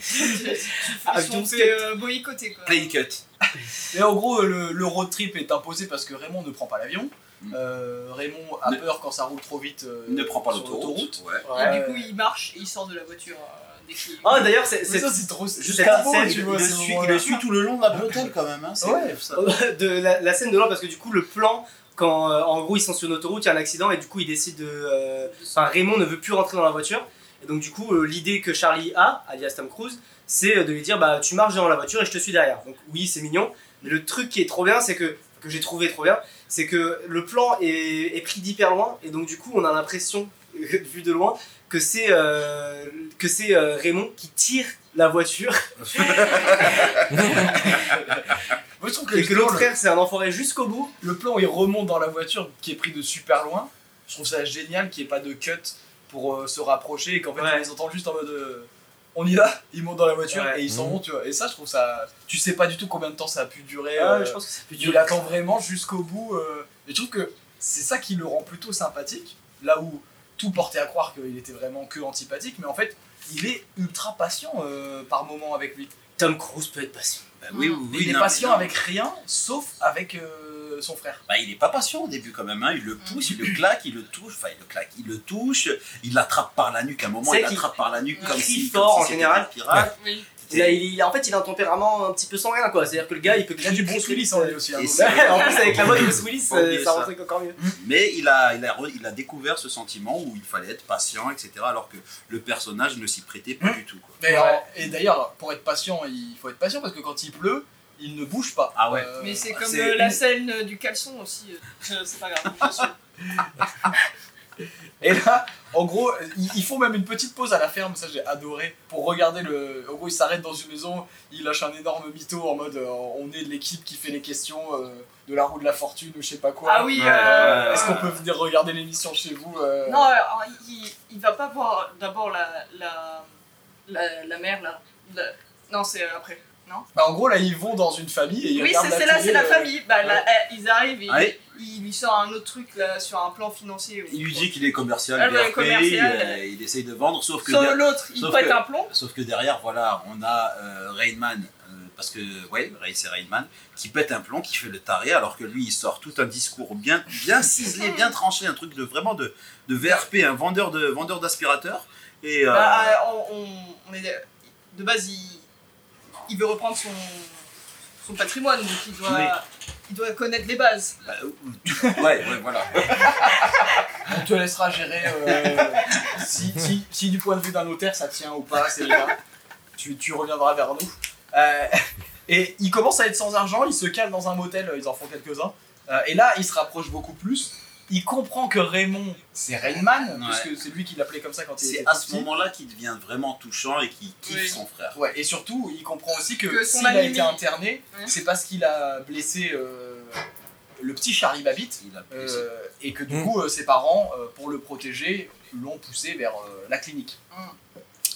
S6: Ils se
S4: Avion
S6: sont
S4: cut.
S6: fait euh, boycotter quoi.
S3: Play cut.
S1: Et en gros euh, le, le road trip est imposé parce que Raymond ne prend pas l'avion.
S3: Mm.
S1: Euh, Raymond a
S3: Ne-
S1: peur quand ça roule trop vite. euh,
S3: Il ne prend pas
S1: sur
S3: l'autoroute. Ouais.
S6: Et
S4: Ouais.
S6: du coup, il marche et il sort de la voiture euh, dès qu'il.
S4: Ah, d'ailleurs, c'est.
S1: Mais
S4: c'est-
S1: ça c'est trop.
S4: Jusqu'à
S1: c'est
S4: la
S1: trop
S4: scène,
S1: beau, tu
S3: il,
S1: vois,
S3: le
S1: ce
S3: suit, il
S1: moment-là.
S3: le suit tout le long de la bretelle quand même. Hein, c'est-
S1: Ouais, ça.
S4: de la, la scène de l'or parce que du coup le plan quand euh, en gros ils sont sur une autoroute il y a un accident et du coup ils décident de euh, enfin Raymond ne veut plus rentrer dans la voiture et donc du coup euh, l'idée que Charlie a alias Tom Cruise c'est euh, de lui dire bah tu marches dans la voiture et je te suis derrière donc oui c'est mignon mais le truc qui est trop bien c'est que que j'ai trouvé trop bien c'est que le plan est, est pris d'hyper loin et donc du coup on a l'impression vu de loin que c'est euh, que c'est euh, Raymond qui tire la voiture
S1: Moi, je trouve que,
S4: et que l'autre
S1: justement,
S4: frère c'est un enfoiré jusqu'au bout
S1: le, le plan où il remonte dans la voiture qui est pris de super loin, je trouve ça génial qu'il n'y ait pas de cut pour euh, se rapprocher et qu'en fait
S4: Ouais.
S1: on les entend juste en mode euh, on y va, ils montent dans la voiture
S4: Ouais.
S1: et ils s'en
S5: Mhm.
S1: vont, tu vois. Et ça, je trouve ça. Tu sais pas du tout combien de temps ça a pu durer.
S4: Ah ouais,
S1: euh,
S4: je pense que c'est plus
S1: Tu
S4: dur.
S1: l'attends vraiment jusqu'au bout. euh, et je trouve que c'est ça qui le rend plutôt sympathique, là où tout portait à croire qu'il était vraiment que antipathique, mais en fait, il est ultra patient euh, par moment avec lui.
S4: Tom Cruise peut être patient.
S3: Bah oui, oui, oui,
S1: il est
S3: non,
S1: patient
S3: mais non.
S1: avec rien, sauf avec euh, son frère.
S3: Bah, il est pas patient au début quand même. hein. Il le pousse, il le claque, il le touche. Enfin, il le claque, il le touche. Il l'attrape par la nuque. À un moment,
S4: C'est
S3: il
S4: qu'il
S3: l'attrape par la nuque
S6: il
S3: comme
S4: crie
S3: si.
S4: fort,
S3: comme si
S4: en
S3: c'était
S4: général.
S3: un pirate.
S6: Oui.
S4: Il a- il- en fait, il a un tempérament un petit peu sanguin, quoi. C'est-à-dire que le gars, il peut
S1: Il a du bon Willis en lui aussi. hein,
S3: Et
S1: donc.
S3: c'est-
S4: Ouais, en plus, avec la voix de Bruce Willis,
S3: Faut
S4: euh,
S3: oublier
S4: ça
S3: ça.
S4: rend le truc encore mieux.
S3: Mais il a, il, a, re- il a découvert ce sentiment où il fallait être patient, etc. Alors que le personnage ne s'y prêtait
S6: Mmh.
S3: pas du tout. quoi.
S1: Mais, euh, Et d'ailleurs, pour être patient, il faut être patient parce que quand il pleut, il ne bouge pas.
S3: Ah ouais.
S1: Euh,
S6: Mais c'est comme
S3: c'est
S6: euh, la
S3: une-
S6: scène euh, du caleçon aussi. euh, c'est pas grave. je suis-
S1: Et là, en gros, ils ils font même une petite pause à la ferme, ça j'ai adoré, pour regarder le. En gros, ils s'arrêtent dans une maison, ils lâchent un énorme mytho en mode euh, on est de l'équipe qui fait les questions euh, de la roue de la fortune ou je sais pas quoi.
S6: Ah oui.
S3: Ouais,
S6: euh,
S3: ouais, ouais.
S1: Est-ce qu'on peut venir regarder l'émission chez vous euh,
S6: Non, alors, il, il va pas voir d'abord la, la, la, la mère là. La- Non, c'est euh, après. Non
S1: Bah, en gros, là, ils vont dans une famille et ils
S6: Oui,
S1: regardent la
S6: c'est c'est là,
S1: télé,
S6: c'est la
S1: euh,
S6: famille. Bah, là, eh, ils arrivent et
S3: Ouais.
S6: il, il lui sort un autre truc là sur un plan financier.
S3: Il lui dit qu'il est commercial,
S6: Ah,
S3: il
S6: ouais,
S3: est RP,
S6: commercial.
S3: il, euh, il essaye de vendre, sauf que,
S6: Sauf
S3: der-
S6: l'autre, il
S3: sauf
S6: pète
S3: que-
S6: un plomb.
S3: sauf que derrière, voilà, on a euh, Rainman, euh, parce que, ouais, Ray- c'est Rainman, qui pète un plomb, qui fait le taré, alors que lui, il sort tout un discours bien, bien ciselé, bien tranché, un truc de vraiment de, de VRP, un vendeur de vendeur d'aspirateur. Et euh,
S6: Bah, euh, on, on- on est, de base, il, il veut reprendre son, son patrimoine, donc il doit, il doit connaître les bases.
S3: bah, euh, ouais, ouais, voilà.
S1: On te laissera gérer euh, si, si- si du point de vue d'un notaire ça tient ou pas, c'est bien. Tu, tu reviendras vers nous. Euh, et il commence à être sans argent, il se cale dans un motel, ils en font quelques-uns. Euh, et là, il se rapproche beaucoup plus. Il comprend que Raymond, c'est Rainman,
S3: Ouais.
S1: puisque c'est lui qui l'appelait comme ça quand il était
S3: C'est à ce
S1: petit.
S3: moment-là qu'il devient vraiment touchant et qu'il kiffe
S6: Oui.
S3: son frère.
S1: Ouais, et surtout, il comprend aussi que,
S6: Que son
S1: s'il a
S6: ami-
S1: été interné,
S6: Ouais.
S1: c'est parce qu'il a blessé euh, le petit Charlie Babbitt,
S3: Il a plus-
S1: euh, et que du
S5: Mm.
S1: coup, euh, ses parents, euh, pour le protéger, l'ont poussé vers euh, la clinique.
S6: Mm.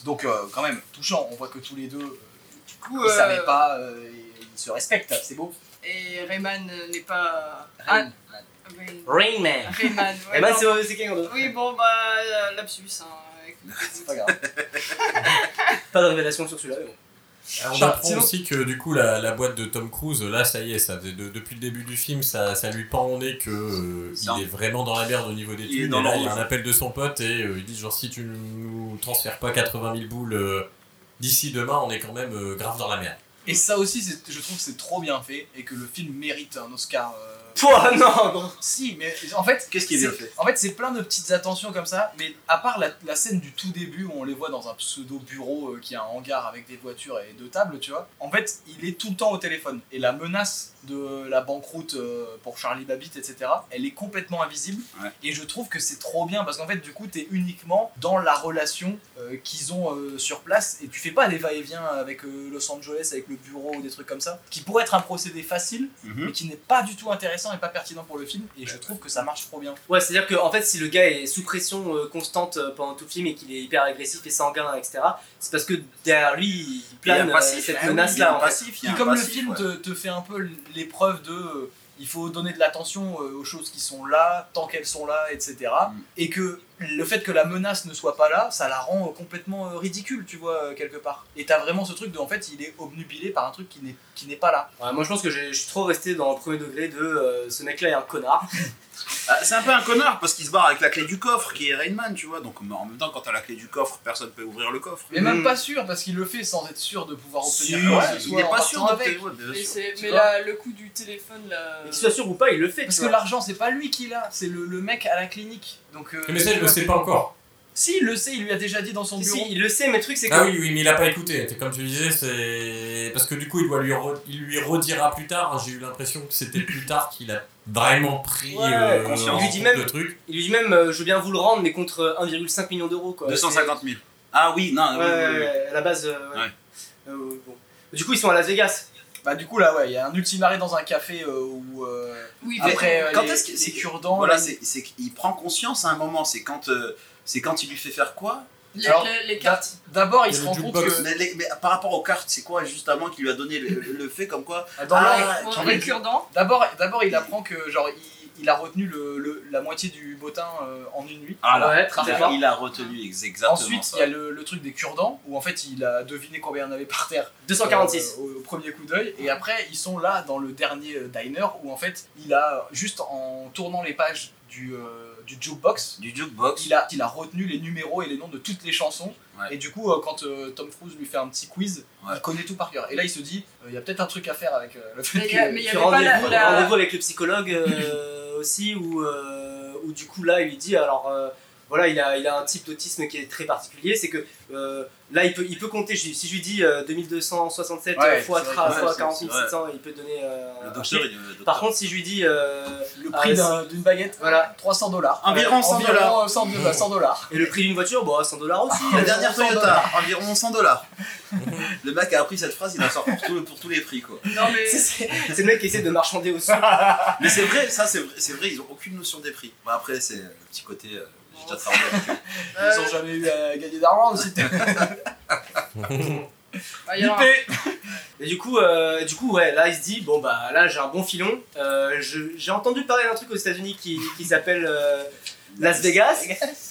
S1: Donc, euh, quand même, touchant, on voit que tous les deux, euh,
S6: Du coup,
S1: ils
S6: euh,
S1: savaient pas, euh, et ils se respectent, c'est beau.
S6: et Rayman euh, n'est pas.
S1: Rain-
S6: Ah, oui.
S4: Rain Man.
S6: Rayman, ouais,
S4: Eh ben,
S6: non.
S4: c'est c'est quelqu'un d'autre.
S6: Oui, bon, bah, euh, lapsus. Hein, écoute.
S1: C'est pas grave.
S4: Pas de révélation sur celui-là, mais bon.
S5: On
S1: Charles,
S5: apprend
S1: sinon-
S5: aussi que du coup la, la boîte de Tom Cruise, là ça y est, ça faisait de- depuis le début du film, ça, ça lui pend au nez que euh,
S3: Non.
S5: il est vraiment dans la merde au niveau des
S3: Il est
S5: thunes.
S3: dans
S5: Et là,
S3: le
S5: il y a un
S3: rouge.
S5: appel de son pote et euh, il dit genre si tu nous transfères pas 80 000 boules euh, d'ici demain, on est quand même euh, grave dans la merde.
S1: Et ça aussi, c'est- je trouve que c'est trop bien fait, et que le film mérite un Oscar. euh,
S4: Pouah, non, gros.
S1: Si, mais en fait,
S3: Qu'est-ce qui est
S1: c'est-
S3: bien fait
S1: En fait, c'est plein de petites attentions comme ça, mais à part la, la scène du tout début où on les voit dans un pseudo bureau euh, qui a un hangar avec des voitures et deux tables, tu vois, en fait, il est tout le temps au téléphone. Et la menace de la banqueroute euh, pour Charlie Babbitt, etc., elle est complètement invisible.
S3: Ouais.
S1: Et je trouve que c'est trop bien parce qu'en fait, du coup, t'es uniquement dans la relation euh, qu'ils ont euh, sur place et tu fais pas des va-et-vient avec euh, Los Angeles, avec le bureau ou des trucs comme ça, qui pourrait être un procédé facile,
S3: Mhm.
S1: mais qui n'est pas du tout intéressant et pas pertinent pour le film. Et je trouve que ça marche trop bien.
S4: Ouais, c'est-à-dire que en fait, si le gars est sous pression euh, constante euh, pendant tout le film et qu'il est hyper agressif et sanguin, etc., c'est parce que derrière lui, il
S3: Il y a un
S4: plane euh,
S3: passif,
S4: cette
S3: hein, oui, il y a un
S4: menace-là. en fait.
S3: passif, il y
S1: Puis
S3: a un
S1: comme le
S3: passif,
S1: film
S3: ouais.
S1: te, te fait un peu l'épreuve de euh, il faut donner de l'attention euh, aux choses qui sont là, tant qu'elles sont là, etc.
S3: Mm.
S1: Et que le fait que la menace ne soit pas là, ça la rend euh, complètement euh, ridicule, tu vois, euh, quelque part. Et t'as vraiment ce truc de, en fait, il est obnubilé par un truc qui n'est, qui n'est pas là.
S4: Ouais, moi, je pense que j'ai- je suis trop resté dans le premier degré de euh, ce mec-là est un connard.
S3: Ah, c'est un peu un connard parce qu'il se barre avec la clé du coffre qui est Rainman, tu vois. Donc en même temps, quand t'as la clé du coffre, personne peut ouvrir le coffre.
S1: Mais
S4: Mm.
S1: même pas sûr, parce qu'il le fait sans être sûr de pouvoir obtenir
S3: Si,
S1: quoi que
S3: ouais,
S1: ce
S3: il
S1: soit
S3: n'est
S1: en
S3: pas
S1: partant
S3: sûr de
S1: avec.
S3: ouais, bien
S6: Mais,
S3: sûr.
S6: c'est-
S1: Tu
S6: mais
S1: vois
S6: là, le coup du téléphone là.
S4: Qu'il soit sûr ou pas, il le fait.
S1: Parce
S4: tu
S1: que
S4: vois.
S1: l'argent, c'est pas lui qui l'a, c'est le, le mec à la clinique. Donc, euh,
S5: Mais ça, il le sait pas encore.
S1: Si, il le sait, il lui a déjà dit dans son
S4: Si,
S1: bureau.
S4: si, il le sait, mais le truc, c'est que.
S5: Ah oui, oui, mais il a pas écouté. C'est Comme tu disais, c'est parce que du coup, il doit lui, re- il lui redira plus tard. hein. J'ai eu l'impression que c'était plus tard qu'il a vraiment pris
S4: Ouais,
S5: euh,
S3: conscience.
S5: en
S4: Il lui dit
S5: compte
S4: même-
S5: le truc.
S4: Il lui dit même, euh, je veux bien vous le rendre, mais contre euh, 1,5 million d'euros. quoi.
S3: 250 000. Ah oui, non,
S4: Ouais,
S3: oui,
S4: ouais,
S3: oui, oui.
S4: ouais, à la base. euh, ouais.
S3: Ouais.
S4: Euh, bon. Du coup, ils sont à Las Vegas.
S1: Bah du coup là ouais, il y a un ultime arrêt dans un café euh, où euh,
S6: Oui, mais-
S1: après euh,
S3: quand
S1: les,
S3: est-ce que-
S1: les
S3: c'est-
S1: cure-dents
S3: Voilà,
S1: là,
S3: c'est c'est qu'il prend conscience à un moment. C'est quand, euh, c'est quand il lui fait faire quoi
S6: les,
S1: alors,
S6: les- les
S1: d'a-
S6: cartes.
S1: D'abord, il
S5: Il y a
S1: se
S5: le
S1: rend compte
S5: jukebox.
S1: que
S3: mais, les- mais par rapport aux cartes, c'est quoi juste avant qu'il lui a donné le, le fait comme quoi
S1: dans la-
S3: Ah, ouais,
S6: On
S1: en
S6: les
S1: fait,
S6: cure-dents.
S1: d'abord d'abord il apprend que genre il, il a retenu le, le- la moitié du bottin euh, en une nuit.
S3: Ah là,
S4: Ouais,
S3: il,
S4: très
S3: a,
S4: fort.
S3: il a retenu ex- exactement
S1: Ensuite,
S3: ça.
S1: il y a le, le truc des cure-dents, où en fait il a deviné combien il y en avait par terre
S4: 246.
S1: euh, au, au premier coup d'œil. Et après, ils sont là dans le dernier euh, diner, où en fait il a, juste en tournant les pages du, euh, du jukebox,
S3: Du jukebox.
S1: il a, il a retenu les numéros et les noms de toutes les chansons.
S3: Ouais.
S1: Et du coup, euh, quand euh, Tom Cruise lui fait un petit quiz,
S3: Ouais.
S1: il connaît tout par cœur. Et là, il se dit, euh, il y a peut-être un truc à faire avec euh, le fait
S6: Mais il y a-
S1: que.
S6: mais il y
S4: Puis
S6: avait pas la-
S4: rendez-vous
S6: la-
S4: rendez-vous avec le psychologue euh, aussi, où, euh, où du coup là il lui dit alors euh, voilà, il a, il a un type d'autisme qui est très particulier, c'est que euh, là il peut, il peut compter, je- si je lui dis euh, 2267
S1: Ouais,
S4: fois,
S1: c'est vrai
S4: tra-
S3: que-
S4: fois
S3: ouais, c'est-
S4: 46700, il peut donner. euh,
S3: Le
S4: un
S3: docteur,
S4: chiffre.
S3: il- le docteur.
S4: Par contre, si je lui dis. euh,
S1: Le
S4: Ah,
S1: prix
S4: ouais,
S1: d'un- d'une baguette,
S4: Voilà.
S1: 300 dollars.
S3: Environ 100
S1: Environ 100 dollars. 100 dollars.
S4: et le prix d'une voiture, bon, 100 dollars aussi.
S3: Ah, la dernière Toyota, environ 100 dollars. le mec a appris cette phrase, il en sort pour, tout- pour tous les prix quoi.
S6: Non, mais.
S4: C'est- C'est c'est le mec qui essaie de marchander aussi.
S3: Mais c'est vrai, ça c'est vrai, c'est vrai, ils ont aucune notion des prix. Bon, après, c'est le petit côté, euh, j'ai déjà travaillé avec eux.
S6: Euh,
S1: Ils ont jamais eu à gagner d'argent aussi.
S6: bah, il y a un-
S4: Et du coup, euh, du coup, ouais, là, il se dit bon bah là, j'ai un bon filon. Euh, je- j'ai entendu parler d'un truc aux États-Unis qui, qui s'appelle euh, Las Vegas.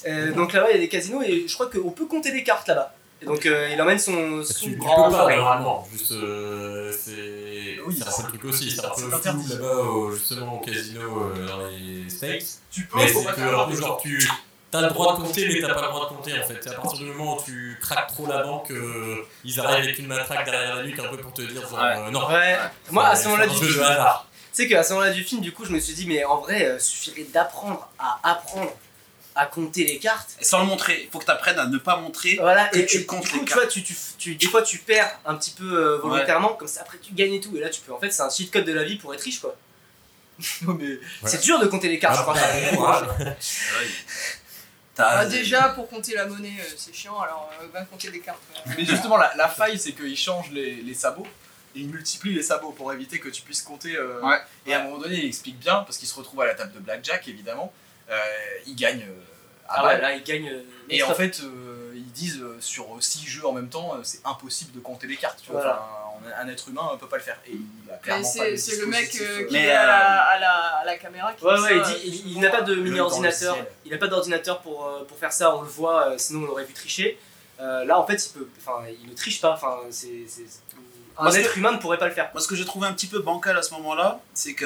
S4: Euh, donc là-bas, il y a des casinos et je crois qu'on peut compter des cartes là-bas. Et donc euh, il emmène son, son
S5: Tu, tu peux
S4: grand.
S5: pas, normalement. Juste, euh, c'est.
S1: Oui,
S5: c'est un
S1: c'est-
S5: seul truc aussi.
S1: c'est-
S5: C'est un
S1: c'est
S5: peu
S1: interdit.
S5: flou là-bas, au- justement, au casino euh, dans les States.
S1: Tu peux,
S5: Mais
S1: faut
S5: c'est
S1: pas
S5: que,
S1: faire
S5: alors,
S1: un
S5: genre, tu. T'as le droit de compter, mais t'as pas le droit de compter en fait. À partir du moment où tu craques trop la banque, euh, ils arrivent avec une matraque derrière la nuque un peu pour te dire genre,
S3: Ouais.
S5: euh, non.
S4: Ouais. Moi, à ce
S5: C'est
S4: moment-là
S5: un
S4: du
S5: jeu de
S4: film,
S5: hasard.
S4: tu sais qu'à ce moment-là du film, du coup, je me suis dit mais en vrai, euh, suffirait d'apprendre à apprendre à compter les cartes.
S3: Et Sans le montrer, il faut que tu apprennes à ne pas montrer.
S4: Voilà,
S3: Que
S4: et,
S3: tu
S4: et
S3: comptes
S4: du
S3: les
S4: coup, tu
S3: cartes.
S4: vois, tu, tu, tu- des fois tu perds un petit peu euh, volontairement, comme ça après tu gagnes et tout. Et là, tu peux, en fait, c'est un cheat code de la vie pour être riche, quoi.
S1: Non, mais
S4: C'est dur de compter les cartes,
S5: Ah,
S4: je pense.
S5: bah, bon
S4: hein.
S5: courage.
S3: Ouais.
S6: Bah,
S3: T'as-
S6: déjà, pour compter la monnaie, euh, c'est chiant, alors euh, va compter des cartes. euh.
S1: Mais justement, la, la faille, c'est qu'ils changent les, les sabots. Et ils multiplient les sabots pour éviter que tu puisses compter. euh,
S3: Ouais.
S1: Et à un moment donné, il explique bien, parce qu'il se retrouve à la table de Blackjack, évidemment. Euh, il gagne euh, à
S4: Ah
S1: balle.
S4: ouais, là, il gagne. euh,
S1: Et
S4: non-stop.
S1: en fait, euh, ils disent euh, sur 6 jeux en même temps, euh, c'est impossible de compter les cartes. tu vois.
S4: Voilà.
S1: Enfin, un, un être humain euh, peut pas le faire. Et il a
S6: Mais
S1: clairement pas
S6: c'est c'est le mec euh,
S1: dispositif,
S6: qui
S1: euh,
S3: Mais,
S6: est à, la, à la- à la caméra qui
S4: Ouais,
S6: fait
S4: ouais, il,
S6: ça,
S4: dit-
S6: euh,
S4: il- il n'a pas de mini
S1: dans le
S4: ordinateur.
S1: ciel.
S4: Il n'a pas d'ordinateur pour, euh, pour faire ça, on le voit, euh, sinon on l'aurait vu tricher. Euh, là, en fait, il, peut, enfin, il ne triche pas. Enfin, c'est, c'est- un
S3: Parce
S4: être
S3: que-
S4: humain ne pourrait pas le faire.
S3: Moi, ce que j'ai trouvé un petit peu bancal à ce moment-là, c'est que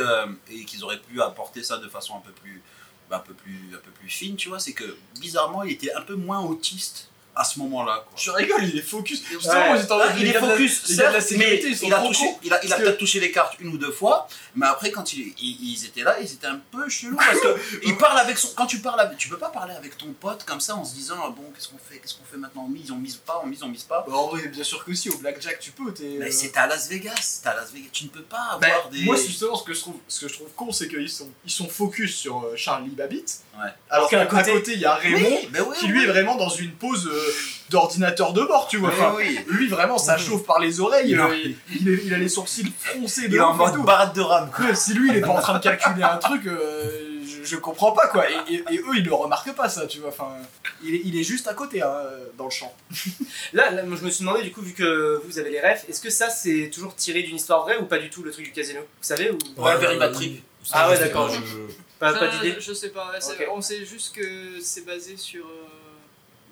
S3: et qu'ils auraient pu apporter ça de façon un peu plus, bah, un peu plus, un peu plus fine, tu vois, c'est que bizarrement, il était un peu moins autiste à ce moment-là. quoi.
S1: Tu rigoles, il est focus.
S4: Ouais.
S1: Justement, j'étais en
S3: Là,
S1: train de
S3: il
S1: les
S3: est
S1: gars de la-
S3: focus,
S1: les gars de la
S3: certes, mais
S1: sécurité, ils sont
S3: il a,
S1: trop
S3: touché-
S1: chauds.
S3: il a, il a
S1: Parce
S3: peut-être touché les cartes une ou deux fois, mais après quand il- il- ils étaient là, ils étaient un peu chelous parce que il parle avec son. Quand tu parles, avec- tu peux pas parler avec ton pote comme ça en se disant ah bon qu'est-ce qu'on fait, qu'est-ce qu'on fait maintenant, on mise, on mise pas, on mise, on mise pas.
S1: Bah, en vrai, bien sûr que si, au blackjack, tu peux. t'es, euh,
S3: Mais c'est à Las Vegas, c'est à Las Vegas, tu ne peux pas
S1: Bah,
S3: avoir des.
S1: Moi, justement, ce que je trouve, ce que je trouve con, c'est qu'ils sont, ils sont focus sur euh, Charlie Babbitt.
S3: Ouais.
S1: Alors qu'à
S4: Qu'à
S1: côté,
S4: côté-
S1: il y a
S3: Oui,
S1: Raymond,
S3: mais ouais,
S1: qui lui
S3: ouais.
S1: est vraiment dans une pose euh, d'ordinateur de bord, tu vois.
S3: Oui,
S1: Enfin,
S3: oui.
S1: Lui, vraiment, ça
S5: Mhm.
S1: chauffe par les oreilles.
S3: Il
S1: euh,
S3: a-
S1: Il, il est- il a les sourcils froncés de
S3: Il est en
S1: ouf et
S3: mode
S1: tout.
S3: barrette de rame.
S1: Ouais, Si lui, il est pas en train de calculer un truc, euh, je, je comprends pas, quoi. Et, et- et eux, ils le remarquent pas, ça, tu vois. Enfin, il est, il est juste à côté, hein, dans le champ.
S4: Là, là, moi, je me suis demandé, du coup, vu que vous avez les refs, est-ce que ça, c'est toujours tiré d'une histoire vraie ou pas du tout le truc du casino Vous savez ou...
S3: Ouais, Very Bad Trip.
S5: ça,
S4: Ah ouais,
S5: je sais
S4: d'accord.
S5: pas, je-
S4: Pas,
S6: euh, ça,
S4: pas d'idée
S6: Je sais pas, ouais, c'est-
S4: Ok.
S6: on sait juste que c'est basé sur. euh,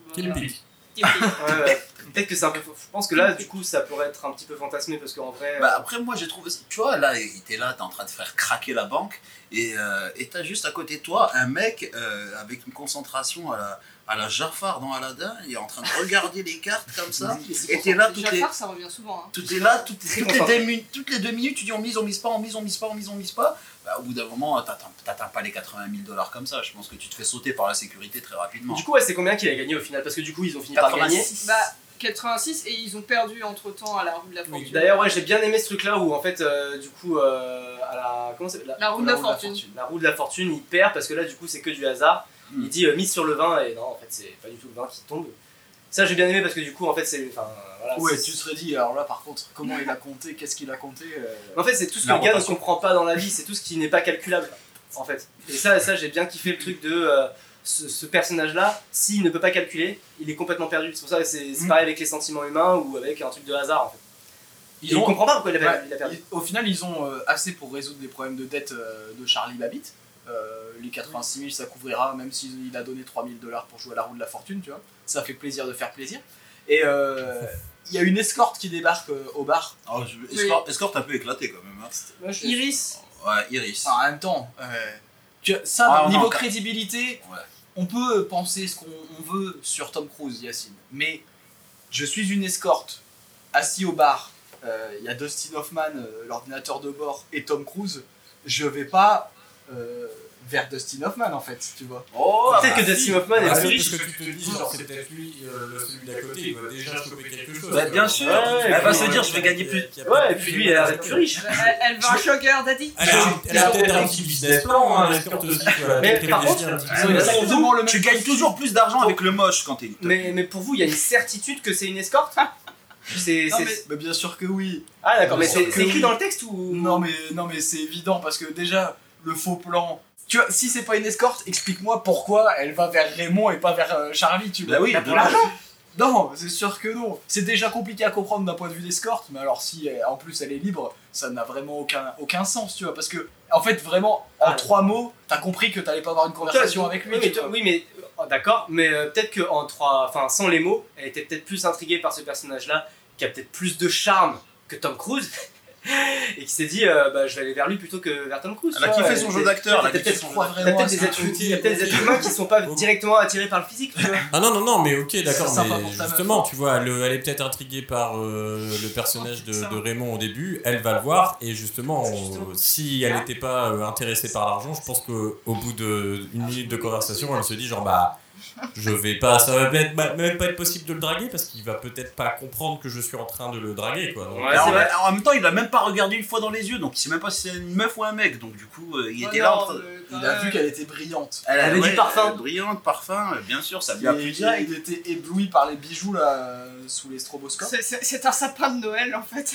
S6: bah,
S5: Kill Bill.
S6: Kill Bill.
S4: Ouais, ouais. Peut-être que c'est un peu. Je pense que là, du coup, ça pourrait être un petit peu fantasmé parce qu'en vrai. euh,
S3: Bah après moi j'ai trouvé, tu vois là il était là, t'es en train de faire craquer la banque et euh, et t'as juste à côté de toi un mec euh, avec une concentration à la, à la Jafar dans Aladdin, il est en train de regarder les cartes comme ça et t'es là toutes
S6: Déjà,
S3: les,
S6: Clark, ça revient souvent. hein.
S3: toutes les là toutes,
S4: Très
S3: toutes les
S4: concentré.
S3: deux minutes, toutes les deux minutes tu dis on mise, on mise pas, on mise, on mise pas, on mise, on mise pas. Bah, au bout d'un moment t'atteins t'atteins pas les 80 000 dollars comme ça, je pense que tu te fais sauter par la sécurité très rapidement.
S4: Du coup, ouais, c'est combien qu'il a gagné au final Parce que du coup, ils ont fini par gagner.
S3: 86.
S6: Bah, 86, et ils ont perdu entre temps à la rue de la Fortune.
S4: D'ailleurs, ouais, j'ai bien aimé ce truc-là où en fait, euh, du coup, euh, à la. Comment ça s'appelle
S6: La roue de la fortune.
S4: La roue de la fortune, il perd parce que là, du coup, c'est que du hasard.
S3: Hmm.
S4: Il dit euh, mise sur le vin et non, en fait, c'est pas du tout le vin qui tombe. Ça, j'ai bien aimé parce que du coup, en fait, c'est. Enfin, voilà.
S1: Ouais,
S4: Ah, c'est-
S1: tu serais dit, alors là, par contre, comment il a compté, qu'est-ce qu'il a compté euh,
S4: En fait, c'est tout ce que
S3: La
S4: le gars ne
S3: rotation.
S4: comprend pas dans la vie, c'est tout ce qui n'est pas calculable, en fait. Et ça, ça j'ai bien kiffé le truc de euh, ce, ce personnage-là, s'il ne peut pas calculer, il est complètement perdu. C'est pour ça que c'est c'est
S1: Mm.
S4: pareil avec les sentiments humains ou avec un truc de hasard, en fait.
S1: Ils
S4: il
S1: ont-
S4: comprend pas pourquoi il a,
S1: Ouais,
S4: il a perdu.
S1: ils- au final, ils ont euh, assez pour résoudre des problèmes de dette euh, de Charlie Babbitt. Euh, les 86 000, ça couvrira, même s'il a donné 3 000 dollars pour jouer à la roue de la fortune, tu vois. Ça fait plaisir de faire plaisir. Et euh, il y a une escorte qui débarque euh, au bar.
S3: Alors, Oh, je- escorte, escorte un peu éclatée quand même. hein.
S6: Iris,
S3: Ouais, Iris.
S4: Ah.
S1: Enfin, en même temps, euh, tu- ça,
S3: Ah,
S1: au
S3: non,
S1: niveau
S3: t'as-
S1: crédibilité,
S3: Ouais.
S1: on peut penser ce qu'on on veut sur Tom Cruise, Yacine. Mais je suis une escorte, assis au bar. euh, Il y a Dustin Hoffman, euh, l'ordinateur de bord, et Tom Cruise. Je vais pas euh, vers Dustin Hoffman, en fait, tu vois.
S3: Oh,
S4: Peut-être que Dustin Hoffman est
S5: Ah,
S4: plus
S5: oui,
S4: riche.
S5: parce que tu te dis, genre, c'est peut-être lui, euh, le celui d'à côté, il va déjà choper quelque chose.
S3: Bah, bien sûr.
S4: Ouais,
S3: elle va
S5: euh,
S4: puis-
S3: se dire, je vais gagner plus.
S4: Ouais, et puis lui, il a l'air d'être plus riche.
S6: elle, elle veut un sugar daddy.
S5: Elle a, elle a peut-être un petit business plan, hein, l'escorte aussi. voilà,
S4: Mais
S5: peut-être
S4: par
S5: qu'elle
S4: contre,
S5: vient un petit peu.
S4: ils ont
S1: C'est exactement le même
S3: Tu gagnes toujours plus d'argent avec le moche quand t'es.
S4: Mais, mais pour vous, il y a une certitude que c'est une escorte C'est-
S1: Non,
S4: c'est-
S1: mais- mais bien sûr que oui.
S4: Ah d'accord, mais
S1: Bien
S4: c'est
S1: sûr que
S4: c'est écrit
S1: oui.
S4: dans le texte ou
S1: Non mais non mais c'est évident parce que déjà le faux plan. Tu vois, si c'est pas une escorte, explique-moi pourquoi elle va vers Raymond et pas vers euh, Charlie, tu vois.
S3: Bah oui,
S1: Bah, pour
S3: dommage.
S1: l'argent. Non, c'est sûr que non. C'est déjà compliqué à comprendre d'un point de vue d'escorte, mais alors si euh, en plus elle est libre, ça n'a vraiment aucun aucun sens, tu vois, parce que en fait vraiment en
S4: Ah.
S1: trois mots, t'as compris que t'allais pas avoir une conversation avec lui.
S4: Oui, mais,
S1: tu vois.
S4: oui, mais- oh, d'accord, mais euh, peut-être que en trois, enfin sans les mots, elle était peut-être plus intriguée par ce personnage-là, qui a peut-être plus de charme que Tom Cruise, et qui s'est dit, euh, bah, je vais aller vers lui plutôt que vers Tom Cruise.
S3: Elle a
S4: tu vois,
S3: kiffé son
S4: et-
S3: jeu d'acteur, elle a
S4: t'as
S3: kiffé
S4: peut-être
S3: son jeu
S1: Crois
S3: d'acteur.
S4: t'as
S1: vraiment à
S4: peut-être
S1: ce
S4: des
S1: que
S4: êtres
S1: tu
S4: humains-
S1: dis.
S4: il y a peut-être des êtres humains qui sont pas directement attirés par le physique. Tu vois.
S5: Ah non, non, non, mais ok, d'accord,
S1: C'est sympa
S5: mais
S1: pour ta meuf. hein.
S5: justement, tu vois, elle, elle est peut-être intriguée par euh, le personnage de,
S6: Ça.
S5: de Raymond au début, elle va le voir, et justement,
S4: Justement.
S5: euh, si elle n'était pas euh, intéressée par l'argent, je pense qu'au bout d'une minute de conversation, elle se dit genre, bah, je vais pas, ça va même, même pas être possible de le draguer, parce qu'il va peut-être pas comprendre que je suis en train de le draguer, quoi. Donc,
S4: Ouais,
S3: Alors,
S4: c'est vrai.
S3: en même temps, il l'a même pas regardé une fois dans les yeux, donc il sait même pas si c'est une meuf ou un mec. Donc du coup, euh, il
S1: Oh
S6: Oh
S3: était là. en train-
S1: Il
S6: euh,
S1: a vu qu'elle était brillante.
S3: Elle
S4: avait du parfum.
S3: euh, brillante, parfum, euh, bien sûr, ça lui a
S1: Et
S3: plu
S1: il
S3: direct.
S1: était ébloui par les bijoux là euh, sous les stroboscopes.
S6: C'est- C'est c'est un sapin de Noël en fait.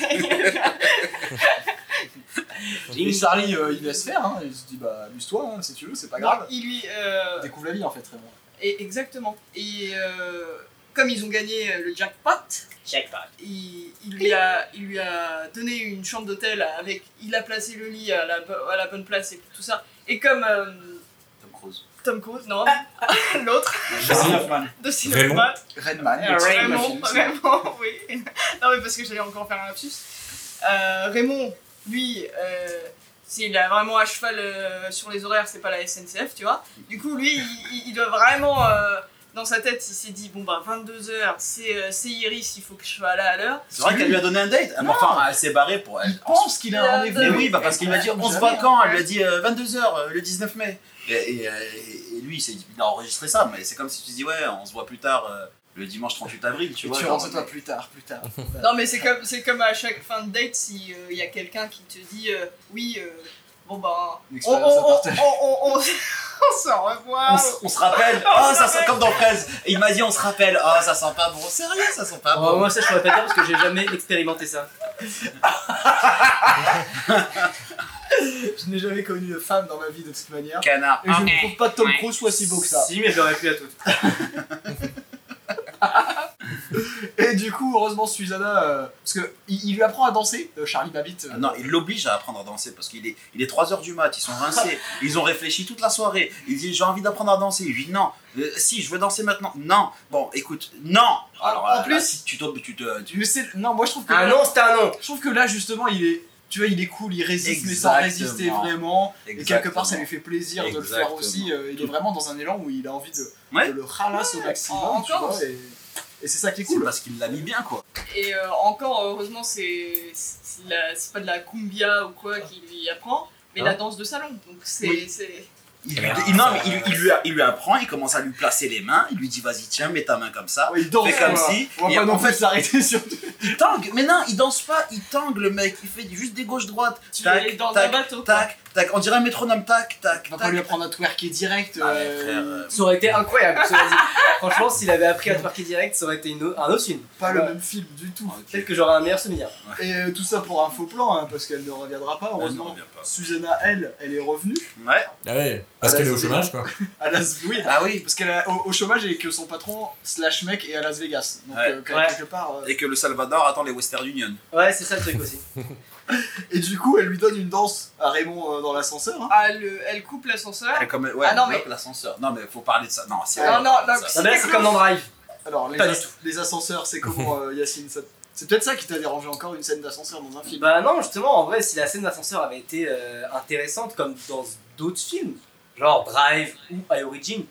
S1: Et Charlie, euh, il laisse faire, hein. il se dit bah amuse-toi hein, si tu veux, c'est pas grave.
S6: Il lui. euh,
S1: Découvre la vie en fait, Raymond.
S6: et- exactement. Et euh, comme ils ont gagné euh, le jackpot, il, il lui a, il lui a donné une chambre d'hôtel avec. Il a placé le lit à la, bo- à la bonne place et tout ça. Et comme euh,
S3: Tom Cruise.
S6: Tom Cruise, non, l'autre de
S5: Raymond.
S6: cinéma.
S1: Redman,
S6: Euh, Raymond, Raymond, oui. Non, mais parce que j'allais encore faire un lapsus. Euh, Raymond, lui, euh, s'il a vraiment à cheval euh, sur les horaires, c'est pas la SNCF, tu vois. Du coup, lui, il- il, il doit vraiment. euh, dans sa tête, il s'est dit bon, bah, 22h, c'est euh, c'est Iris, il faut que je sois là à l'heure.
S3: C'est vrai qu'elle lui a donné un date. Ah, mais Enfin, elle s'est barrée pour elle.
S1: Il pense qu'il a un rendez-vous.
S3: Mais oui, bah parce qu'il lui a dit on se voit
S1: Jamais.
S3: quand Elle lui a dit euh, 22h le 19 mai. Et, et, euh, et lui, il, s'est dit- il a enregistré ça, mais c'est comme si tu dis ouais, on se voit plus tard euh, le dimanche 38 avril, tu
S1: Tu,
S3: vois.
S1: tu
S3: genre,
S1: rentres toi plus tard, plus tard.
S6: Non, mais c'est comme, c'est comme à chaque fin de date, s'il y a quelqu'un qui te dit euh, oui, euh, bon, bah,
S1: Une
S6: on, on,
S1: expérience à
S6: on,
S1: partager.
S6: on- on- on- on se revoit.
S3: on, s- on se rappelle, ah ça sent comme dans Fraise. Et il m'a dit on se rappelle, ah ça sent pas bon, sérieux ça sent pas
S4: Oh,
S3: bon.
S4: moi ça je pourrais pas dire parce que j'ai jamais expérimenté ça.
S1: Je n'ai jamais connu de femme dans ma vie de cette manière.
S3: Canard.
S1: Et je ne trouve pas que Tom Cruise soit si beau que ça.
S4: Si mais je l'aurais pu à tout.
S1: Et du coup, heureusement, Susanna, euh, parce que il, il lui apprend à danser, euh, Charlie Babbitt. euh,
S3: Ah Non, il l'oblige à apprendre à danser parce qu'il est, il est 3h du mat, ils sont rincés, ils ont réfléchi toute la soirée. Il dit J'ai envie d'apprendre à danser. Il lui dit Non, Euh, si, je veux danser maintenant. Non, bon, écoute, non Alors,
S1: En
S3: euh,
S1: plus-
S3: là, si tu te. Tu te tu-
S1: mais c'est- non, moi je trouve que
S4: Un
S1: là,
S4: Ah non, c'est un non.
S1: je trouve que là justement, il est, tu vois, il est cool, il résiste mais sans
S3: Exactement.
S1: résister vraiment. Et quelque part, ça lui fait plaisir de le faire
S3: Exactement.
S1: aussi. euh, il est vraiment dans un élan où il a envie de,
S3: Ouais.
S1: de le ralasse au maximum.
S6: en-
S1: tu
S6: encore.
S1: vois, et, et c'est ça qui est
S3: C'est
S1: cool.
S3: parce qu'il l'a mis bien, quoi.
S6: Et euh, encore, heureusement, c'est c'est de la- c'est pas de la cumbia ou quoi qui lui apprend, mais la danse de salon. Donc c'est.
S3: Hein Oui.
S6: c'est-
S3: Il lui- il- non, mais il, il lui, il lui apprend, il commence à lui placer les mains, il lui dit Vas-y, tiens, mets ta main comme ça.
S1: Ouais, il danse
S3: Fais comme
S1: quoi.
S3: si.
S1: On va
S3: Et
S1: pas
S3: en
S1: non
S3: fait-
S1: plus s'arrêter sur
S3: Il tangue, mais non, il danse pas, il tangue le mec, il fait juste des gauches-droites.
S6: Tu es
S3: Tac,
S6: dans un
S3: tac,
S6: bateau. quoi.
S3: tac, tac. On dirait un métronome, tac, tac,
S1: On va
S3: tac.
S1: pas lui apprendre à twerker direct.
S3: Ah, mais
S1: euh,
S3: frère, euh,
S4: Ça aurait été incroyable. cela dit. Franchement, s'il avait appris à twerker direct, ça aurait été une, au- un autre film.
S1: Pas le
S4: Ouais.
S1: même film du tout.
S3: ok.
S4: Peut-être que j'aurais un meilleur souvenir.
S1: Et euh, tout ça pour un faux plan, hein, parce qu'elle ne reviendra pas,
S3: Ah, non,
S1: heureusement.
S3: viens pas.
S1: Susanna, elle, elle est revenue.
S3: Ouais.
S5: Ah ouais, parce
S1: Ah,
S5: qu'elle est au
S1: c'est-
S5: chômage, quoi.
S1: À Las... Oui,
S3: Ah oui.
S1: parce qu'elle est au, au chômage et que son patron, slash mec, est à Las Vegas. Donc,
S3: Ouais.
S1: euh, quand-
S4: Ouais.
S1: quelque part. euh,
S3: Et que le Salvador attend les Western Union.
S4: Ouais, c'est ça le truc aussi.
S7: Et du coup, elle lui donne une danse à Raymond euh, dans l'ascenseur. hein.
S6: Ah, le- elle coupe l'ascenseur.
S3: Elle est comme- ouais,
S6: Ah non,
S3: bloque
S6: mais- Ah.
S3: l'ascenseur. Non, mais faut parler de ça. Non, c'est
S6: Non, non, non,
S3: ça.
S4: Non, mais là, Ah ben, c'est comme dans Drive.
S7: Alors, les,
S4: Pas
S7: as-
S4: du
S7: les ascenseurs, c'est comment, euh, Yacine ça- C'est peut-être ça qui t'a dérangé encore une scène d'ascenseur dans un film.
S4: Bah non, justement, en vrai, si la scène d'ascenseur avait été euh, intéressante comme dans d'autres films, genre Drive ou I Origin,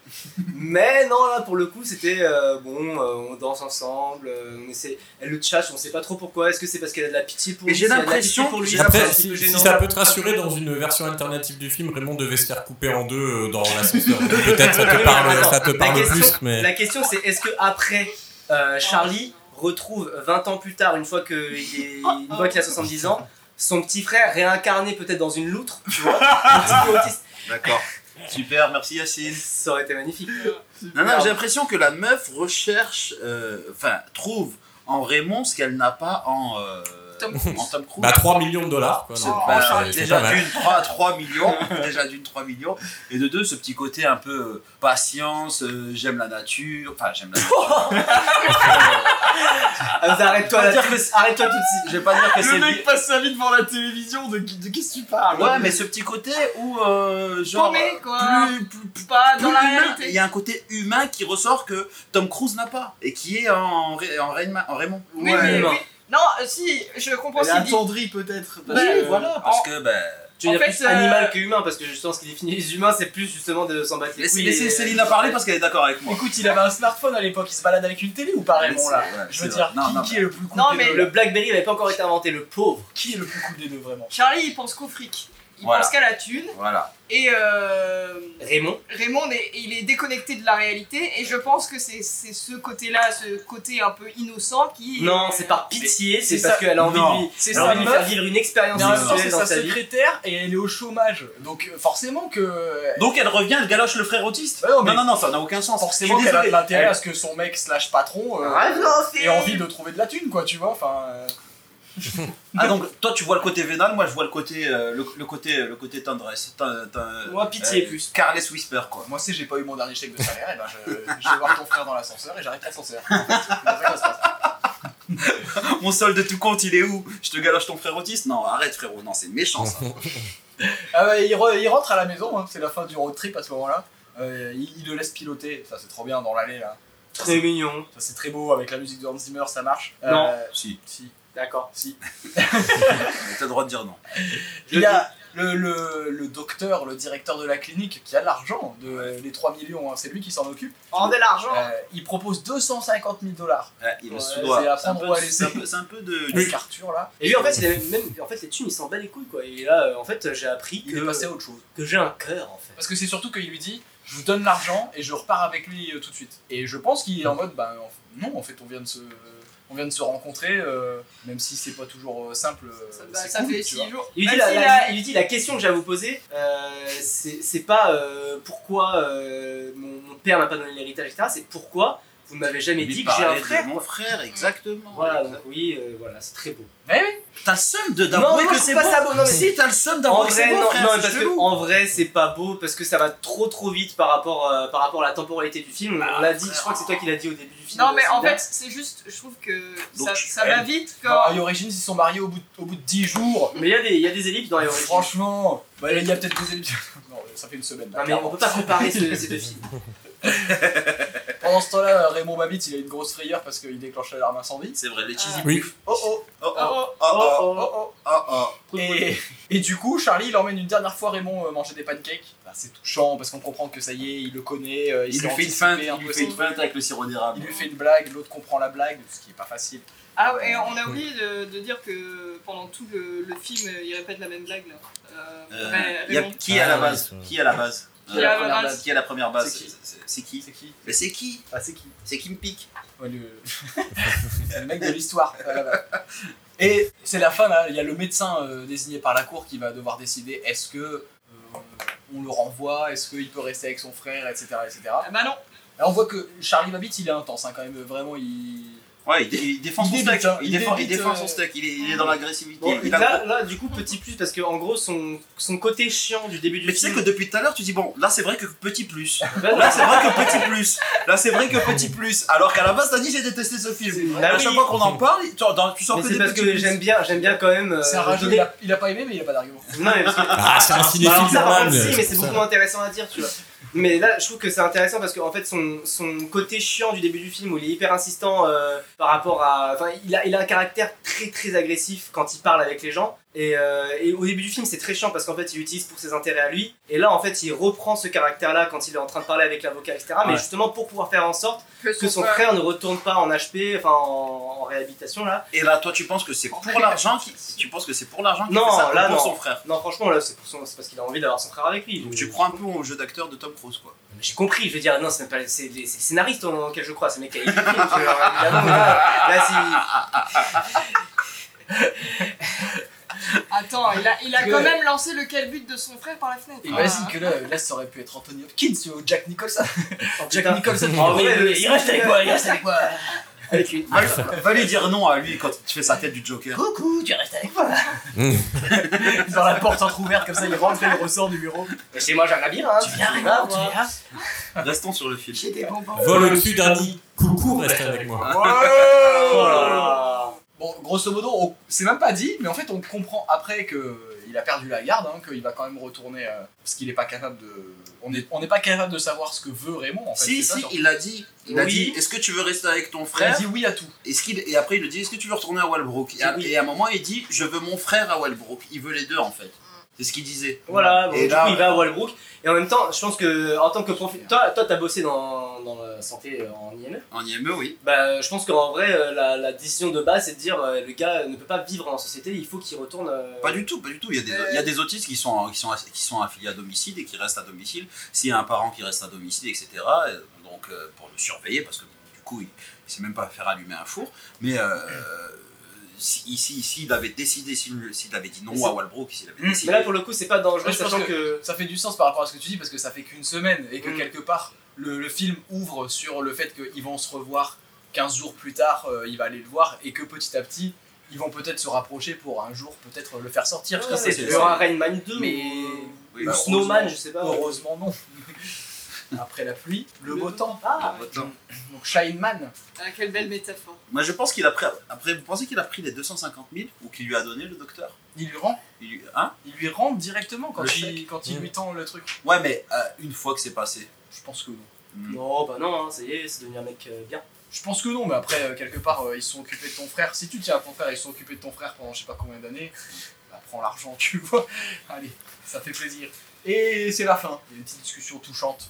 S4: mais non, là pour le coup, c'était euh, bon, euh, on danse ensemble, euh, on essaie, elle le tchatche, on sait pas trop pourquoi, est-ce que c'est parce qu'elle a de la pitié pour
S3: Et
S4: lui,
S3: j'ai
S4: si elle a de la
S3: l'impression-
S4: pitié pour lui,
S3: j'ai
S4: c'est un
S3: l'impression-
S4: petit peu
S5: si, si
S4: gênant.
S5: ça peut te rassurer, dans une version alternative du film, Raymond devait se faire couper en deux euh, dans l'ascenseur. Donc Peut-être ça te parle, ça te
S4: La
S5: parle
S4: question-
S5: plus, mais. bah,
S4: La question c'est est-ce que après euh, Charlie retrouve 20 ans plus tard, une fois qu'il est- une fois qu'il a 70 ans, son petit frère réincarné peut-être dans une loutre, tu vois, un petit peu autiste,
S3: D'accord. Super, merci Yacine.
S4: ça aurait été magnifique.
S3: Non, non, j'ai l'impression que la meuf recherche, euh, enfin, trouve en Raymond ce qu'elle n'a pas en, euh,
S6: Tom
S3: en Tom Cruise.
S5: Bah 3 millions de dollars quoi.
S3: C'est
S5: donc,
S3: pas- Ah,
S5: euh, c'est- c'est pas
S3: déjà
S5: mal.
S3: d'une 3, 3 millions, déjà d'une 3 millions, et de deux ce petit côté un peu euh, patience, euh, j'aime la nature, enfin j'aime la nature.
S4: Ah, mais Arrête-toi là, arrête-toi tout de suite.
S3: Je vais pas dire que c'est
S7: Le
S3: bien.
S7: mec passe sa vie devant la télévision, de, qui- de qu'est-ce que tu parles
S3: Ouais, mais ce petit côté où euh, genre
S6: Paumé, quoi.
S3: plus, plus, plus
S6: Pas dans la
S3: humain. Il
S6: réalité.
S3: y a un côté humain qui ressort que Tom Cruise n'a pas et qui est en, Ray- en, Rayman- en Raymond.
S6: Oui,
S7: Ouais.
S6: mais
S4: humain.
S6: oui. Non, euh, si, je comprends
S7: Elle
S6: ce
S7: est
S6: qu'il dit.
S7: attendrie peut-être. parce
S6: Ouais,
S7: que-
S3: voilà, parce
S6: en-
S3: que ben.
S4: Tu veux
S6: En
S4: dire
S6: fait,
S4: plus
S6: euh,
S4: animal que humain, parce que justement, ce qui définit les humains, c'est plus justement de s'en battre les
S3: Laissez,
S4: couilles.
S3: laissez
S4: et-
S3: Céline à parler parce qu'elle est d'accord avec moi.
S1: Écoute, il avait un smartphone à l'époque, il se balade avec une télé ou pas
S4: Ah,
S1: Raymond là
S3: Ouais,
S1: Je
S3: c'est
S1: veux
S3: vrai.
S1: dire,
S3: Non,
S1: qui,
S3: non,
S1: qui est le plus cool
S6: Non,
S1: des
S6: mais
S1: deux,
S4: Le
S1: là
S4: Blackberry Berry n'avait pas encore été inventé, le pauvre.
S1: Qui est le plus cool des deux vraiment
S6: Charlie, il pense qu'au fric. Il
S3: Voilà.
S6: pense qu'à la thune.
S3: Voilà.
S6: Et euh,
S4: Raymond.
S6: Raymond, est- il est déconnecté de la réalité. Et je pense que c'est c'est ce côté-là, ce côté un peu innocent qui.
S4: Non, c'est par pitié, c'est
S1: c'est
S4: parce
S1: ça.
S4: qu'elle a envie
S3: Non.
S4: de lui,
S1: C'est
S4: elle a envie
S1: sa
S4: de lui faire
S1: meuf,
S4: vivre une expérience
S1: mais en même temps
S4: sexuelle
S1: c'est
S4: dans
S1: sa
S4: sa vie.
S1: secrétaire et elle est au chômage. Donc euh, forcément que... euh,
S3: Donc elle revient, elle galoche le frère autiste.
S1: Bah non, mais-
S3: non, non, non, ça n'a aucun sens.
S1: Forcément
S3: Je suis
S1: qu'elle a de
S3: désolé.
S1: l'intérêt
S3: Elle-
S1: à ce que son mec slash patron euh,
S4: Ah non, c'est-
S1: ait envie de trouver de la thune quoi, tu vois. Enfin, euh,
S3: Ah donc toi tu vois le côté vénal, moi je vois le côté euh, le, le côté le côté tendresse. Ten- ten-
S4: Moi, pitié
S3: euh,
S4: plus.
S3: Carles Whisper quoi.
S1: moi si j'ai pas eu mon dernier chèque de salaire, et ben je, je vais voir ton frère dans l'ascenseur et j'arrête l'ascenseur. En fait, c'est comme ça que ça se passe.
S3: Mon solde de tout compte il est où Je te galoche ton frère autiste Non arrête frérot, non c'est méchant ça.
S1: Ah ouais, il, re- il rentre à la maison, hein, c'est la fin du road trip à ce moment-là. Euh, il, il le laisse piloter, ça c'est trop bien dans l'allée là.
S4: Très mignon.
S1: Ça c'est très beau avec la musique de Hans Zimmer, ça marche. Euh,
S4: Non.
S3: si,
S1: Si,
S4: D'accord.
S1: si.
S3: mais t'as le droit de dire non.
S1: Il y a le, le- le docteur, le directeur de la clinique qui a de l'argent, de, les 3 millions, hein, c'est lui qui s'en occupe.
S6: En de l'argent.
S1: Euh, il propose 250 000 dollars.
S3: Ouais, il
S1: Ouais,
S3: le
S1: c'est
S3: soudoie.
S1: la
S3: C'est un,
S1: fin
S3: peu-
S1: droit à
S3: c'est un
S1: l'essai.
S3: peu- c'est un peu de.
S1: Avec Arthur là,
S4: Et lui, en fait, il avait même, en fait, les thunes, il s'en bat les couilles, quoi. Et là, euh, en fait, j'ai appris
S1: il est passé
S4: que,
S1: à autre chose.
S4: que j'ai un cœur, en fait.
S1: Parce que c'est surtout qu'il lui dit je vous donne l'argent et je repars avec lui euh, tout de suite. Et je pense qu'il est en mode ben en- non en fait on vient de se on vient de se rencontrer euh, même si c'est pas toujours euh, simple. euh,
S6: Ça, bah,
S1: c'est
S6: ça
S1: cool,
S6: fait
S1: tu
S6: 6
S1: vois.
S6: jours.
S4: Il lui, dit
S6: Même
S4: la,
S6: s'il
S4: la-
S6: a-
S4: il lui dit la question que j'allais vous poser, euh, c'est c'est pas euh, pourquoi euh, mon, mon père m'a pas donné l'héritage, etc. C'est pourquoi vous ne m'avez jamais
S3: Il
S4: dit que j'ai un
S3: parlait de
S4: frère.
S3: Mon frère, exactement.
S4: Voilà, donc oui, euh, voilà, c'est très beau.
S3: T'as le seum de d'avouer
S4: moi,
S3: que
S4: je
S3: c'est
S4: trouve
S3: beau.
S4: pas ça beau, non, mais-
S3: Si t'as le seum
S4: En
S3: d'avouer que
S4: vrai,
S3: c'est
S4: non,
S3: beau,
S4: non,
S3: frère,
S4: parce
S3: c'est
S4: que
S3: chelou.
S4: en vrai, c'est pas beau parce que ça va trop trop vite par rapport euh, par rapport à la temporalité du film.
S3: Bah,
S4: On l'a dit, je crois que c'est toi qui l'as dit au début du film.
S6: Non, mais en
S4: Sylvain.
S6: fait, c'est juste, je trouve que
S3: Donc,
S6: ça,
S3: tu-
S6: ça
S3: elle-
S6: va vite
S1: Dans
S6: quand.
S1: High Origins ils se sont mariés au bout de, au bout de 10 jours.
S4: mais il y a des il y a des ellipses dans les origines.
S1: Franchement, bah, il y a peut-être des épisodes. Non, ça fait une semaine. là,
S4: Non, mais
S1: clairement.
S4: on peut pas comparer ce- ces deux films.
S1: Pendant ce temps-là, Raymond Babbitt, il a une grosse frayeur parce qu'il déclenche l'alarme incendie.
S3: C'est vrai, les
S4: Ah.
S3: cheesy.
S5: Oui.
S1: Oh oh
S3: Oh
S6: Oh,
S3: oh
S6: oh.
S3: oh oh
S1: oh oh.
S3: oh oh.
S1: Et, et du coup, Charlie, il emmène une dernière fois Raymond euh, manger des pancakes. Bah, c'est touchant parce qu'on comprend que ça y est, il le connaît. euh, il
S3: Il
S1: s'est
S3: lui fait une
S1: anticipé
S3: feinte,
S1: un
S3: il lui
S1: peu
S3: fait
S1: son
S3: une feinte avec le sirop d'érable.
S1: Il lui fait une blague, l'autre comprend la blague, ce qui est pas facile.
S6: Ah, et on a oublié de, de dire que pendant tout le, le film, il répète la même blague là. Euh,
S3: Euh,
S6: Ray-
S3: y a-
S6: Raymond.
S3: qui est à la
S5: Ah,
S3: base
S5: oui, ça.
S3: Qui est à la base
S6: Qui est à la
S3: Euh,
S6: base
S3: Qui est à la première base
S1: C'est qui
S3: C'est- C'est qui
S1: C'est qui
S3: Mais c'est qui
S1: Ah, c'est qui
S3: C'est qui me pique
S1: Ouais, le... C'est le mec de l'histoire. à la base. Et c'est la fin, là. Il y a le médecin euh, désigné par la cour qui va devoir décider est-ce que euh, on le renvoie, est-ce qu'il peut rester avec son frère, etc. etc.
S6: Ah, bah non,
S1: Là, on voit que Charlie Babbitt, il est intense, hein, quand même. Vraiment, il.
S3: Ouais, il, dé- il défend
S7: Il
S3: son
S7: débite,
S3: stack.
S7: hein,
S3: il,
S7: il
S3: défend,
S7: débite,
S3: il défend
S7: euh,
S3: son stack. Il est, il est dans l'agressivité.
S4: Bon,
S3: il a-
S4: là, là, du coup, petit plus, parce que en gros, son, son côté chiant du début du
S3: Mais tu sais
S4: film.
S3: que depuis tout à l'heure, tu dis bon, là c'est vrai que petit plus.
S4: Bah,
S3: Là c'est vrai que petit plus. Là c'est vrai que petit plus. Alors qu'à la base, t'as dit j'ai détesté ce film.
S4: Bah
S3: à
S4: oui.
S3: chaque fois qu'on en parle, tu, dans- tu sors
S4: mais
S3: que
S4: c'est
S3: des
S4: parce
S3: petits
S4: que
S3: plus.
S4: j'aime bien, j'aime bien quand même. euh,
S1: C'est un rageux,
S4: donner-
S1: il a, il a pas aimé, mais il a pas d'argument.
S4: Non, mais parce que
S5: Ah, c'est un cinéphile
S4: Bah, ça, par
S5: normal.
S4: contre, si, mais c'est
S5: pour ça.
S4: beaucoup moins intéressant à dire, tu vois. Mais là, je trouve que c'est intéressant parce qu'en fait, son, son côté chiant du début du film où il est hyper insistant euh, par rapport à. Enfin, il a, il a un caractère très très agressif quand il parle avec les gens. Et, euh, et au début du film, c'est très chiant parce qu'en fait, il l'utilise pour ses intérêts à lui. Et là, en fait, il reprend ce caractère-là quand il est en train de parler avec l'avocat, etc. Mais
S5: Ouais.
S4: justement pour pouvoir faire en sorte que son
S6: frère-
S4: frère ne retourne pas en HP, enfin en, en réhabilitation là.
S3: Et là, toi, tu penses que c'est pour l'argent qui. Tu penses que c'est pour l'argent qui
S4: Non,
S3: fait ça ou
S4: là,
S3: pour
S4: non.
S3: son frère.
S4: Non, franchement, là, c'est pour son- c'est parce qu'il a envie d'avoir son frère avec lui.
S3: Donc tu crois un peu au jeu d'acteur de Tom Cruise, quoi.
S4: J'ai compris, je veux dire, non, c'est même pas- c'est les c'est les scénaristes en- auxquels je crois, c'est le mec qui a écrit le film, je veux dire, évidemment, là, là, si-
S6: Attends, il a, il a
S1: Que-
S6: quand même lancé le calbut de son frère par la fenêtre. Ah,
S1: Imagine que là, là, ça aurait pu être Anthony Hopkins ou Jack Nicholson.
S4: oh,
S1: Jack
S4: putain.
S1: Nicholson,
S4: Ah oui, oui, oui.
S1: il reste avec moi, il reste avec moi.
S4: Avec une-
S3: Va, va lui dire non à lui quand tu fais sa tête du Joker.
S1: Coucou, tu restes avec moi. Dans la porte entrouverte, comme ça, il rentre le ressort du bureau.
S4: Mais c'est moi, j'ai un labyrinthe.
S1: Tu viens,
S4: tu
S1: Raymond,
S4: vas
S1: tu
S4: voir.
S1: viens.
S3: Restons sur le film.
S1: J'ai des bonbons.
S5: Vol au-dessus d'un nid. Coucou, reste avec moi.
S4: Oh là là.
S1: Bon, grosso modo, on- c'est même pas dit, mais en fait, on comprend après que il a perdu la garde, hein, qu'il va quand même retourner, euh, parce qu'il est pas capable de. On n'est on n'est pas capable de savoir ce que veut Raymond, en fait.
S3: Si,
S1: c'est ça,
S3: si,
S1: surtout.
S3: il a dit. Il a
S4: Oui.
S3: dit est-ce que tu veux rester avec ton
S1: Il
S3: frère
S1: dit oui à tout.
S3: Est-ce qu'il- Et après, il lui dit est-ce que tu veux retourner à Walbrook et à,
S4: Oui.
S3: et à un moment, il dit je veux mon frère à Walbrook. Il veut les deux, en fait. C'est ce qu'il disait.
S4: Voilà, bon,
S3: Et
S4: du
S3: là-
S4: coup, il va à Walbrook. Et en même temps, je pense que, en tant que profil. Toi, toi, t'as bossé dans, dans la santé euh, en IME.
S3: En IME, oui.
S4: Bah, je pense qu'en vrai, euh, la, la décision de base, c'est de dire euh, le gars ne peut pas vivre en société, il faut qu'il retourne. euh,
S3: Pas du tout, pas du tout. Il y a des, il y a des autistes qui sont, qui, sont, qui sont affiliés à domicile et qui restent à domicile. S'il y a un parent qui reste à domicile, etc., euh, donc euh, pour le surveiller, parce que du coup, il ne sait même pas faire allumer un four. Mais euh, si- si- s'il avait décidé, s'il s'il avait dit non à Walbrook, s'il avait
S1: Mm,
S4: Mmh, Mais
S3: décidé.
S4: là, pour le coup, c'est pas dangereux,
S1: Ouais, je pense
S4: sachant
S1: que-
S4: que.
S1: Ça fait du sens par rapport à ce que tu dis, parce que ça fait qu'une semaine, et que
S4: Mm.
S1: quelque part, le, le film ouvre sur le fait qu'ils vont se revoir 15 jours plus tard, euh, il va aller le voir, et que petit à petit, ils vont peut-être se rapprocher pour un jour peut-être le faire sortir. parce que
S4: c'est
S1: c'est-
S4: il y aura Rain Man 2
S1: Mais-
S4: ou-
S3: Oui,
S4: ou
S3: bah,
S4: Snowman, je sais pas.
S1: Heureusement non. Après la pluie, le beau temps.
S4: Ah,
S3: heureusement.
S1: Donc Shine Man.
S6: Ah, quelle belle métaphore.
S3: Moi, je pense qu'il a pris. Après, vous pensez qu'il a pris les 250 000 ou qu'il lui a donné le docteur
S1: Il lui rend,
S3: Il lui- Hein
S1: il lui rend directement quand
S3: Le
S1: il, quand il
S5: Mmh.
S1: lui tend le truc.
S3: Ouais, mais euh, une fois que c'est passé.
S1: Je pense que non.
S3: Hmm.
S4: Non, bah non, hein, ça y est, c'est devenu un mec euh, bien.
S1: Je pense que non, mais après, euh, quelque part, euh, ils se sont occupés de ton frère. Si tu tiens à ton frère, ils se sont occupés de ton frère pendant je sais pas combien d'années. Bah, prends l'argent, tu vois. Allez, ça fait plaisir. Et c'est la fin. Il y a une petite discussion touchante.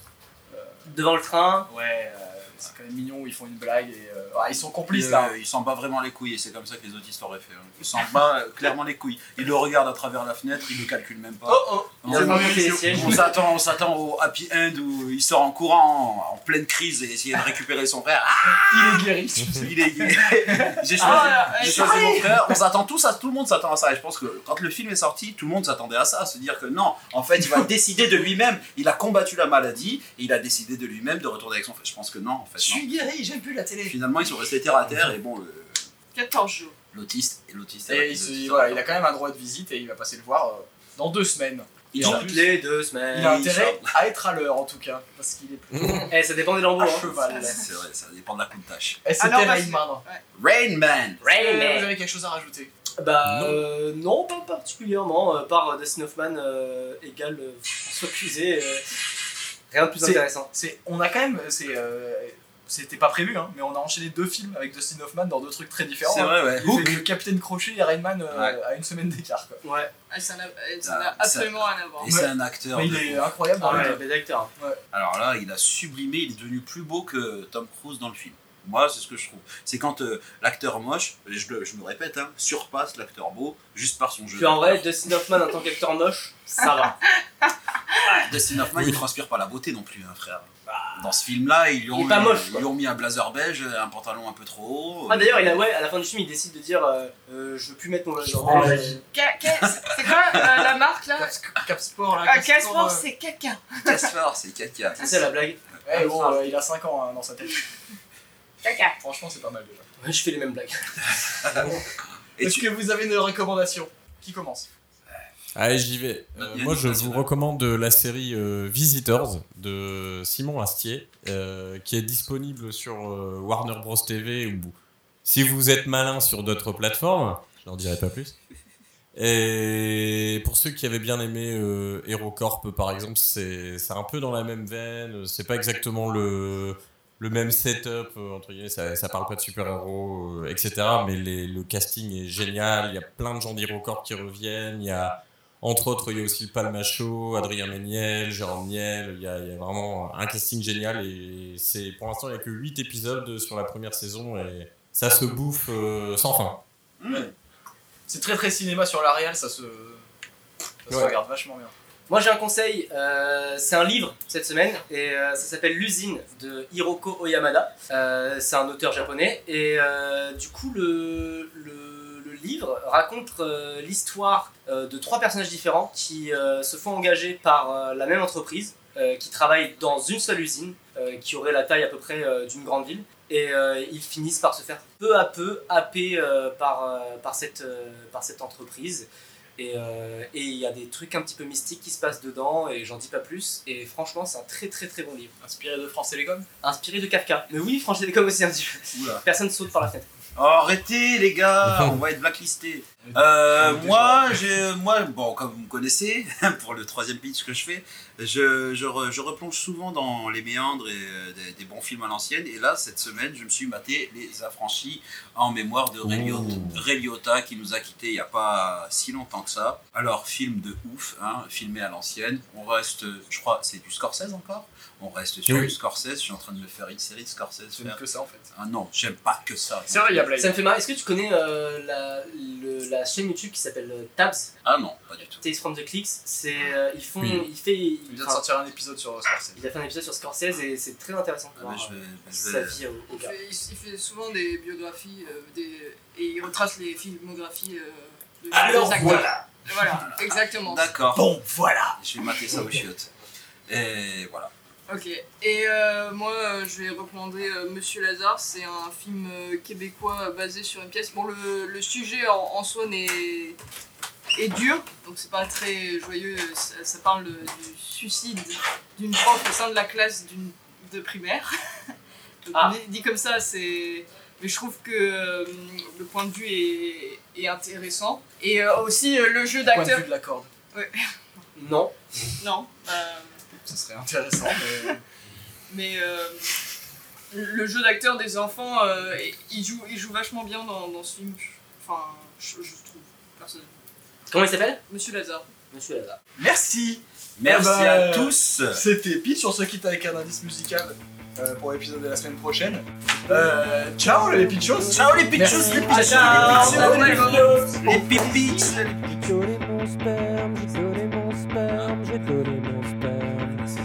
S4: Devant le train,
S1: Ouais, euh, c'est quand même mignon, ils font une blague et euh, ah, ils sont complices
S3: Il,
S1: là.
S3: euh, il s'en bat vraiment les couilles et c'est comme ça que les autistes auraient fait. hein. Il s'en bat euh, clairement les couilles. Il le regarde à travers la fenêtre, il le calcule même pas.
S1: oh
S3: On-
S4: il a
S1: c'est pas
S4: monté les
S1: bien,
S4: sièges.
S3: on s'attend, on s'attend au happy end où il sort en courant, en, en pleine crise et essayer de récupérer son frère. Ah,
S1: Il est guéri.
S3: il est, il est- J'ai choisi,
S6: Ah,
S3: j'ai
S6: euh,
S3: choisi mon frère. On s'attend tous à, tout le monde s'attend à ça. Et je pense que quand le film est sorti, tout le monde s'attendait à ça, à se dire que non, en fait, il va décider de lui-même. Il a combattu la maladie et il a décidé de lui-même de retourner avec son frère. Je pense que non, en fait.
S1: Je
S3: non.
S1: suis guéri, j'aime plus la télé.
S3: Finalement, ils sont restés terre à terre et bon, euh, le-
S6: 14 jours.
S3: l'autiste et l'autiste.
S1: Et il, se- voilà, il a quand même un droit de visite et il va passer le voir euh, dans deux semaines.
S3: Il
S1: Et
S3: en
S1: en
S4: Toutes
S1: plus,
S4: les deux semaines.
S1: il a intérêt à être à l'heure en tout cas, parce qu'il est plutôt
S4: Eh, ça dépend des lambeaux.
S1: à
S4: Hein.
S1: cheval.
S3: C'est vrai, ça dépend de la coupe tâche.
S1: Et c'était
S6: Alors, bah,
S1: Rain Man.
S3: Rain Man
S1: Est-ce
S4: Rain
S1: que Vous
S4: Man.
S1: avez quelque chose à rajouter
S4: Bah
S5: Non.
S4: euh, non, pas particulièrement. euh, par euh, Dustin Hoffman euh, égale euh, François Cluzet. euh, rien de plus
S1: C'est-
S4: intéressant.
S1: C'est, on a quand même, c'est, euh, c'était pas prévu, hein, mais on a enchaîné deux films avec Dustin Hoffman dans deux trucs très différents.
S3: C'est
S1: hein.
S3: vrai, ouais.
S1: Il fait le Capitaine Crochet et Rain Man euh,
S3: Ouais.
S1: à une semaine d'écart. Quoi.
S4: Ouais,
S6: Ah, ça n'a euh, ça
S3: Ah,
S6: n'a
S3: ça-
S6: absolument rien à voir.
S3: Et c'est un acteur.
S1: Mais il
S3: de
S1: est hein.
S3: ouf.
S1: incroyable dans
S4: Ah ouais,
S1: le-
S4: bel acteur.
S3: Alors là, il a sublimé, il est devenu plus beau que Tom Cruise dans le film. Moi, c'est ce que je trouve. C'est quand euh, l'acteur moche, et je, le- je me répète, hein, surpasse l'acteur beau juste par son jeu.
S4: Puis en vrai, Dustin Hoffman en tant qu'acteur moche, ça va.
S3: Dustin Hoffman,
S5: Oui.
S3: il transpire pas la beauté non plus, hein, frère. Dans ce film-là, ils lui ont,
S4: Il est pas
S3: mis,
S4: moche,
S3: ils
S4: quoi.
S3: lui ont mis un blazer beige, un pantalon un peu trop haut.
S4: Ah d'ailleurs, il a ouais, à la fin du film, il décide de dire, euh, euh, je veux plus mettre mon blazer.
S1: prends la
S4: Ouais.
S1: vie.
S6: Ca- ca- C'est quoi euh, la marque là
S1: Cap, Cap Sport, là.
S6: Ah, Caspar,
S1: euh,
S6: c'est caca.
S3: Caspar, c'est caca.
S4: C'est ça la blague.
S1: ouais, bon, euh, il a 5 ans hein, dans sa tête.
S6: Caca.
S1: Franchement, c'est pas mal déjà.
S4: Ouais, je fais les mêmes blagues.
S3: Et
S1: Est-ce
S3: tu-
S1: que vous avez une recommandation Qui commence
S5: Allez, j'y vais. Euh,
S3: Il y a
S5: moi,
S3: une
S5: je vous
S3: nationale.
S5: recommande la série euh, Visitors de Simon Astier, euh, qui est disponible sur euh, Warner Bros. TV. Ou si vous êtes malin sur d'autres plateformes, je n'en dirai pas plus. Et pour ceux qui avaient bien aimé euh, HeroCorp, par exemple, c'est c'est un peu dans la même veine. C'est pas exactement le, le même setup, euh, entre guillemets. Ça, ça parle pas de super-héros, euh, etc. Mais les- le casting est génial. Il y a plein de gens d'HeroCorp qui reviennent. Il y a. Entre autres, il y a aussi le Palmacho, Adrien Méniel, Jérôme Niel. Il y, a, il y a vraiment un casting génial. Et c'est pour l'instant, il n'y a que 8 épisodes sur la première saison. Et ça se bouffe euh, sans fin.
S1: C'est très très cinéma sur la réelle, ça se. Ça se
S5: Ouais.
S1: regarde vachement bien.
S4: Moi j'ai un conseil, euh, c'est un livre cette semaine et euh, ça s'appelle L'usine de Hiroko Oyamada. Euh, c'est un auteur japonais et euh, du coup le, le- le livre raconte euh, l'histoire euh, de trois personnages différents qui euh, se font engager par euh, la même entreprise, euh, qui travaillent dans une seule usine euh, qui aurait la taille à peu près euh, d'une grande ville et euh, ils finissent par se faire peu à peu happer euh, par, euh, par, cette, euh, par cette entreprise. Et euh, et il y a des trucs un petit peu mystiques qui se passent dedans, et j'en dis pas plus. Et franchement, c'est un très très très bon livre.
S1: Inspiré de France Télécom
S4: Inspiré de Kafka. Mais oui, franchement, c'est comme aussi un petit peu.
S3: Oula.
S4: Personne saute par la fenêtre.
S3: Oh, arrêtez les gars, on va être blacklisté.
S1: Ah,
S3: Euh, moi, j'ai- moi, bon, comme vous me connaissez, pour le troisième pitch que je fais, je, je, re- je replonge souvent dans les méandres et, euh, des, des bons films à l'ancienne. Et là, cette semaine, je me suis maté Les Affranchis en mémoire de Ray Liotta,
S5: Ouh.
S3: Ray Liotta, qui nous a quittés il n'y a pas si longtemps que ça. Alors, film de ouf, hein, filmé à l'ancienne. On reste, je crois, c'est du Scorsese encore. On reste sur
S5: Eh Oui.
S3: du Scorsese. Je suis en train de me faire une série de Scorsese.
S1: C'est que ça en fait.
S3: Ah non, j'aime pas que ça.
S1: C'est vrai, Ah, il y a Blade.
S4: Ça me fait marrer. Est-ce que tu connais euh, la, le- la chaîne YouTube qui s'appelle euh, Tabs
S3: Ah non, pas du tout.
S4: Tales from the Clicks C'est. euh, ils font.
S3: Hmm.
S5: Oui.
S4: Il fait.
S1: Il vient de
S4: enfin,
S1: sortir un épisode sur Scorsese.
S4: il a fait un épisode sur Scorsese et c'est très intéressant de
S3: Ah, mais
S4: voir
S3: je vais-
S4: euh,
S3: je
S4: sa
S3: vais-
S4: vie au, au
S6: Il
S4: gars.
S6: fait, il s- il fait souvent des biographies euh, des, et il retrace les filmographies euh, de
S1: Alors
S6: des acteurs.
S1: voilà
S6: Voilà, exactement.
S3: D'accord.
S1: Bon, voilà
S3: Je vais mater ça aux chiottes. Et voilà.
S6: Ok. Et euh, moi, euh, je vais recommander euh, Monsieur Lazare. C'est un film euh, québécois euh, basé sur une pièce. Bon, le, le sujet en, en soi n'est- est dur, donc c'est pas très joyeux. Ça, ça parle euh, du suicide d'une prof au sein de la classe d'une de primaire. Donc,
S4: Ah.
S6: dit- Dit comme ça, c'est. Mais je trouve que euh, le point de vue est, est intéressant. Et euh, aussi euh, le jeu
S1: Point de
S6: d'acteur.
S1: vue de la corde.
S4: Non.
S6: Non. euh,
S1: Ça serait intéressant, mais.
S6: Mais euh, le jeu d'acteur des enfants, euh, il, joue, il joue vachement bien dans, dans ce film. Enfin, je, je trouve, personnellement.
S4: Comment il s'appelle
S6: Monsieur Lazare.
S4: Monsieur Lazare.
S1: Merci
S3: Merci
S1: Eh ben,
S3: à tous.
S1: C'était Pitch, on se quitte avec un indice musical euh, pour l'épisode de la semaine prochaine. Euh, ciao les Pitchos
S3: Ciao les pitchous,
S1: Merci.
S3: les pitchous,
S1: Ciao.
S3: les pitchous, les pipiches, les
S8: J'ai clonné mon sperme, j'ai clonné mon sperme, j'ai clonné mon sperme.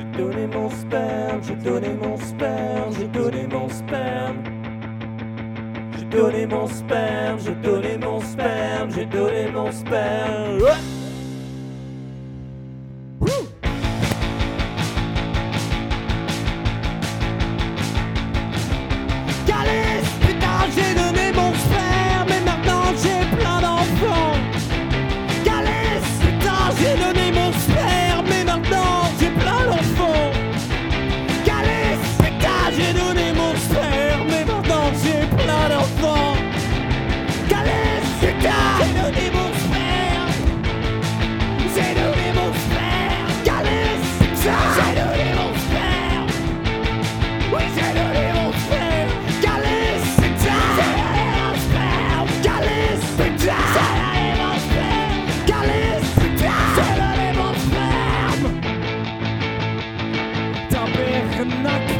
S8: J'ai donné mon sperme, j'ai donné mon sperme, j'ai donné mon sperme. J'ai donné mon sperme, j'ai donné mon sperme, j'ai donné mon sperme. Ouais. Calice, putain, j'ai donné mon sperme et maintenant j'ai plein d'enfants. Calice, putain, j'ai donné mon sperme et maintenant j'ai plein d'enfants. Calice, putain, j'ai donné mon sperme et maintenant j'ai plein d'enfants. Calice, putain, j'ai donné mon sperme. J'ai donné mon sperme. Calice, putain, j'ai donné mon sperme. Oui, j'ai donné mon frère Calice, putain J'ai donné mon frère Calice, putain J'ai donné mon frère Calice, putain J'ai donné mon frère Ta bernacle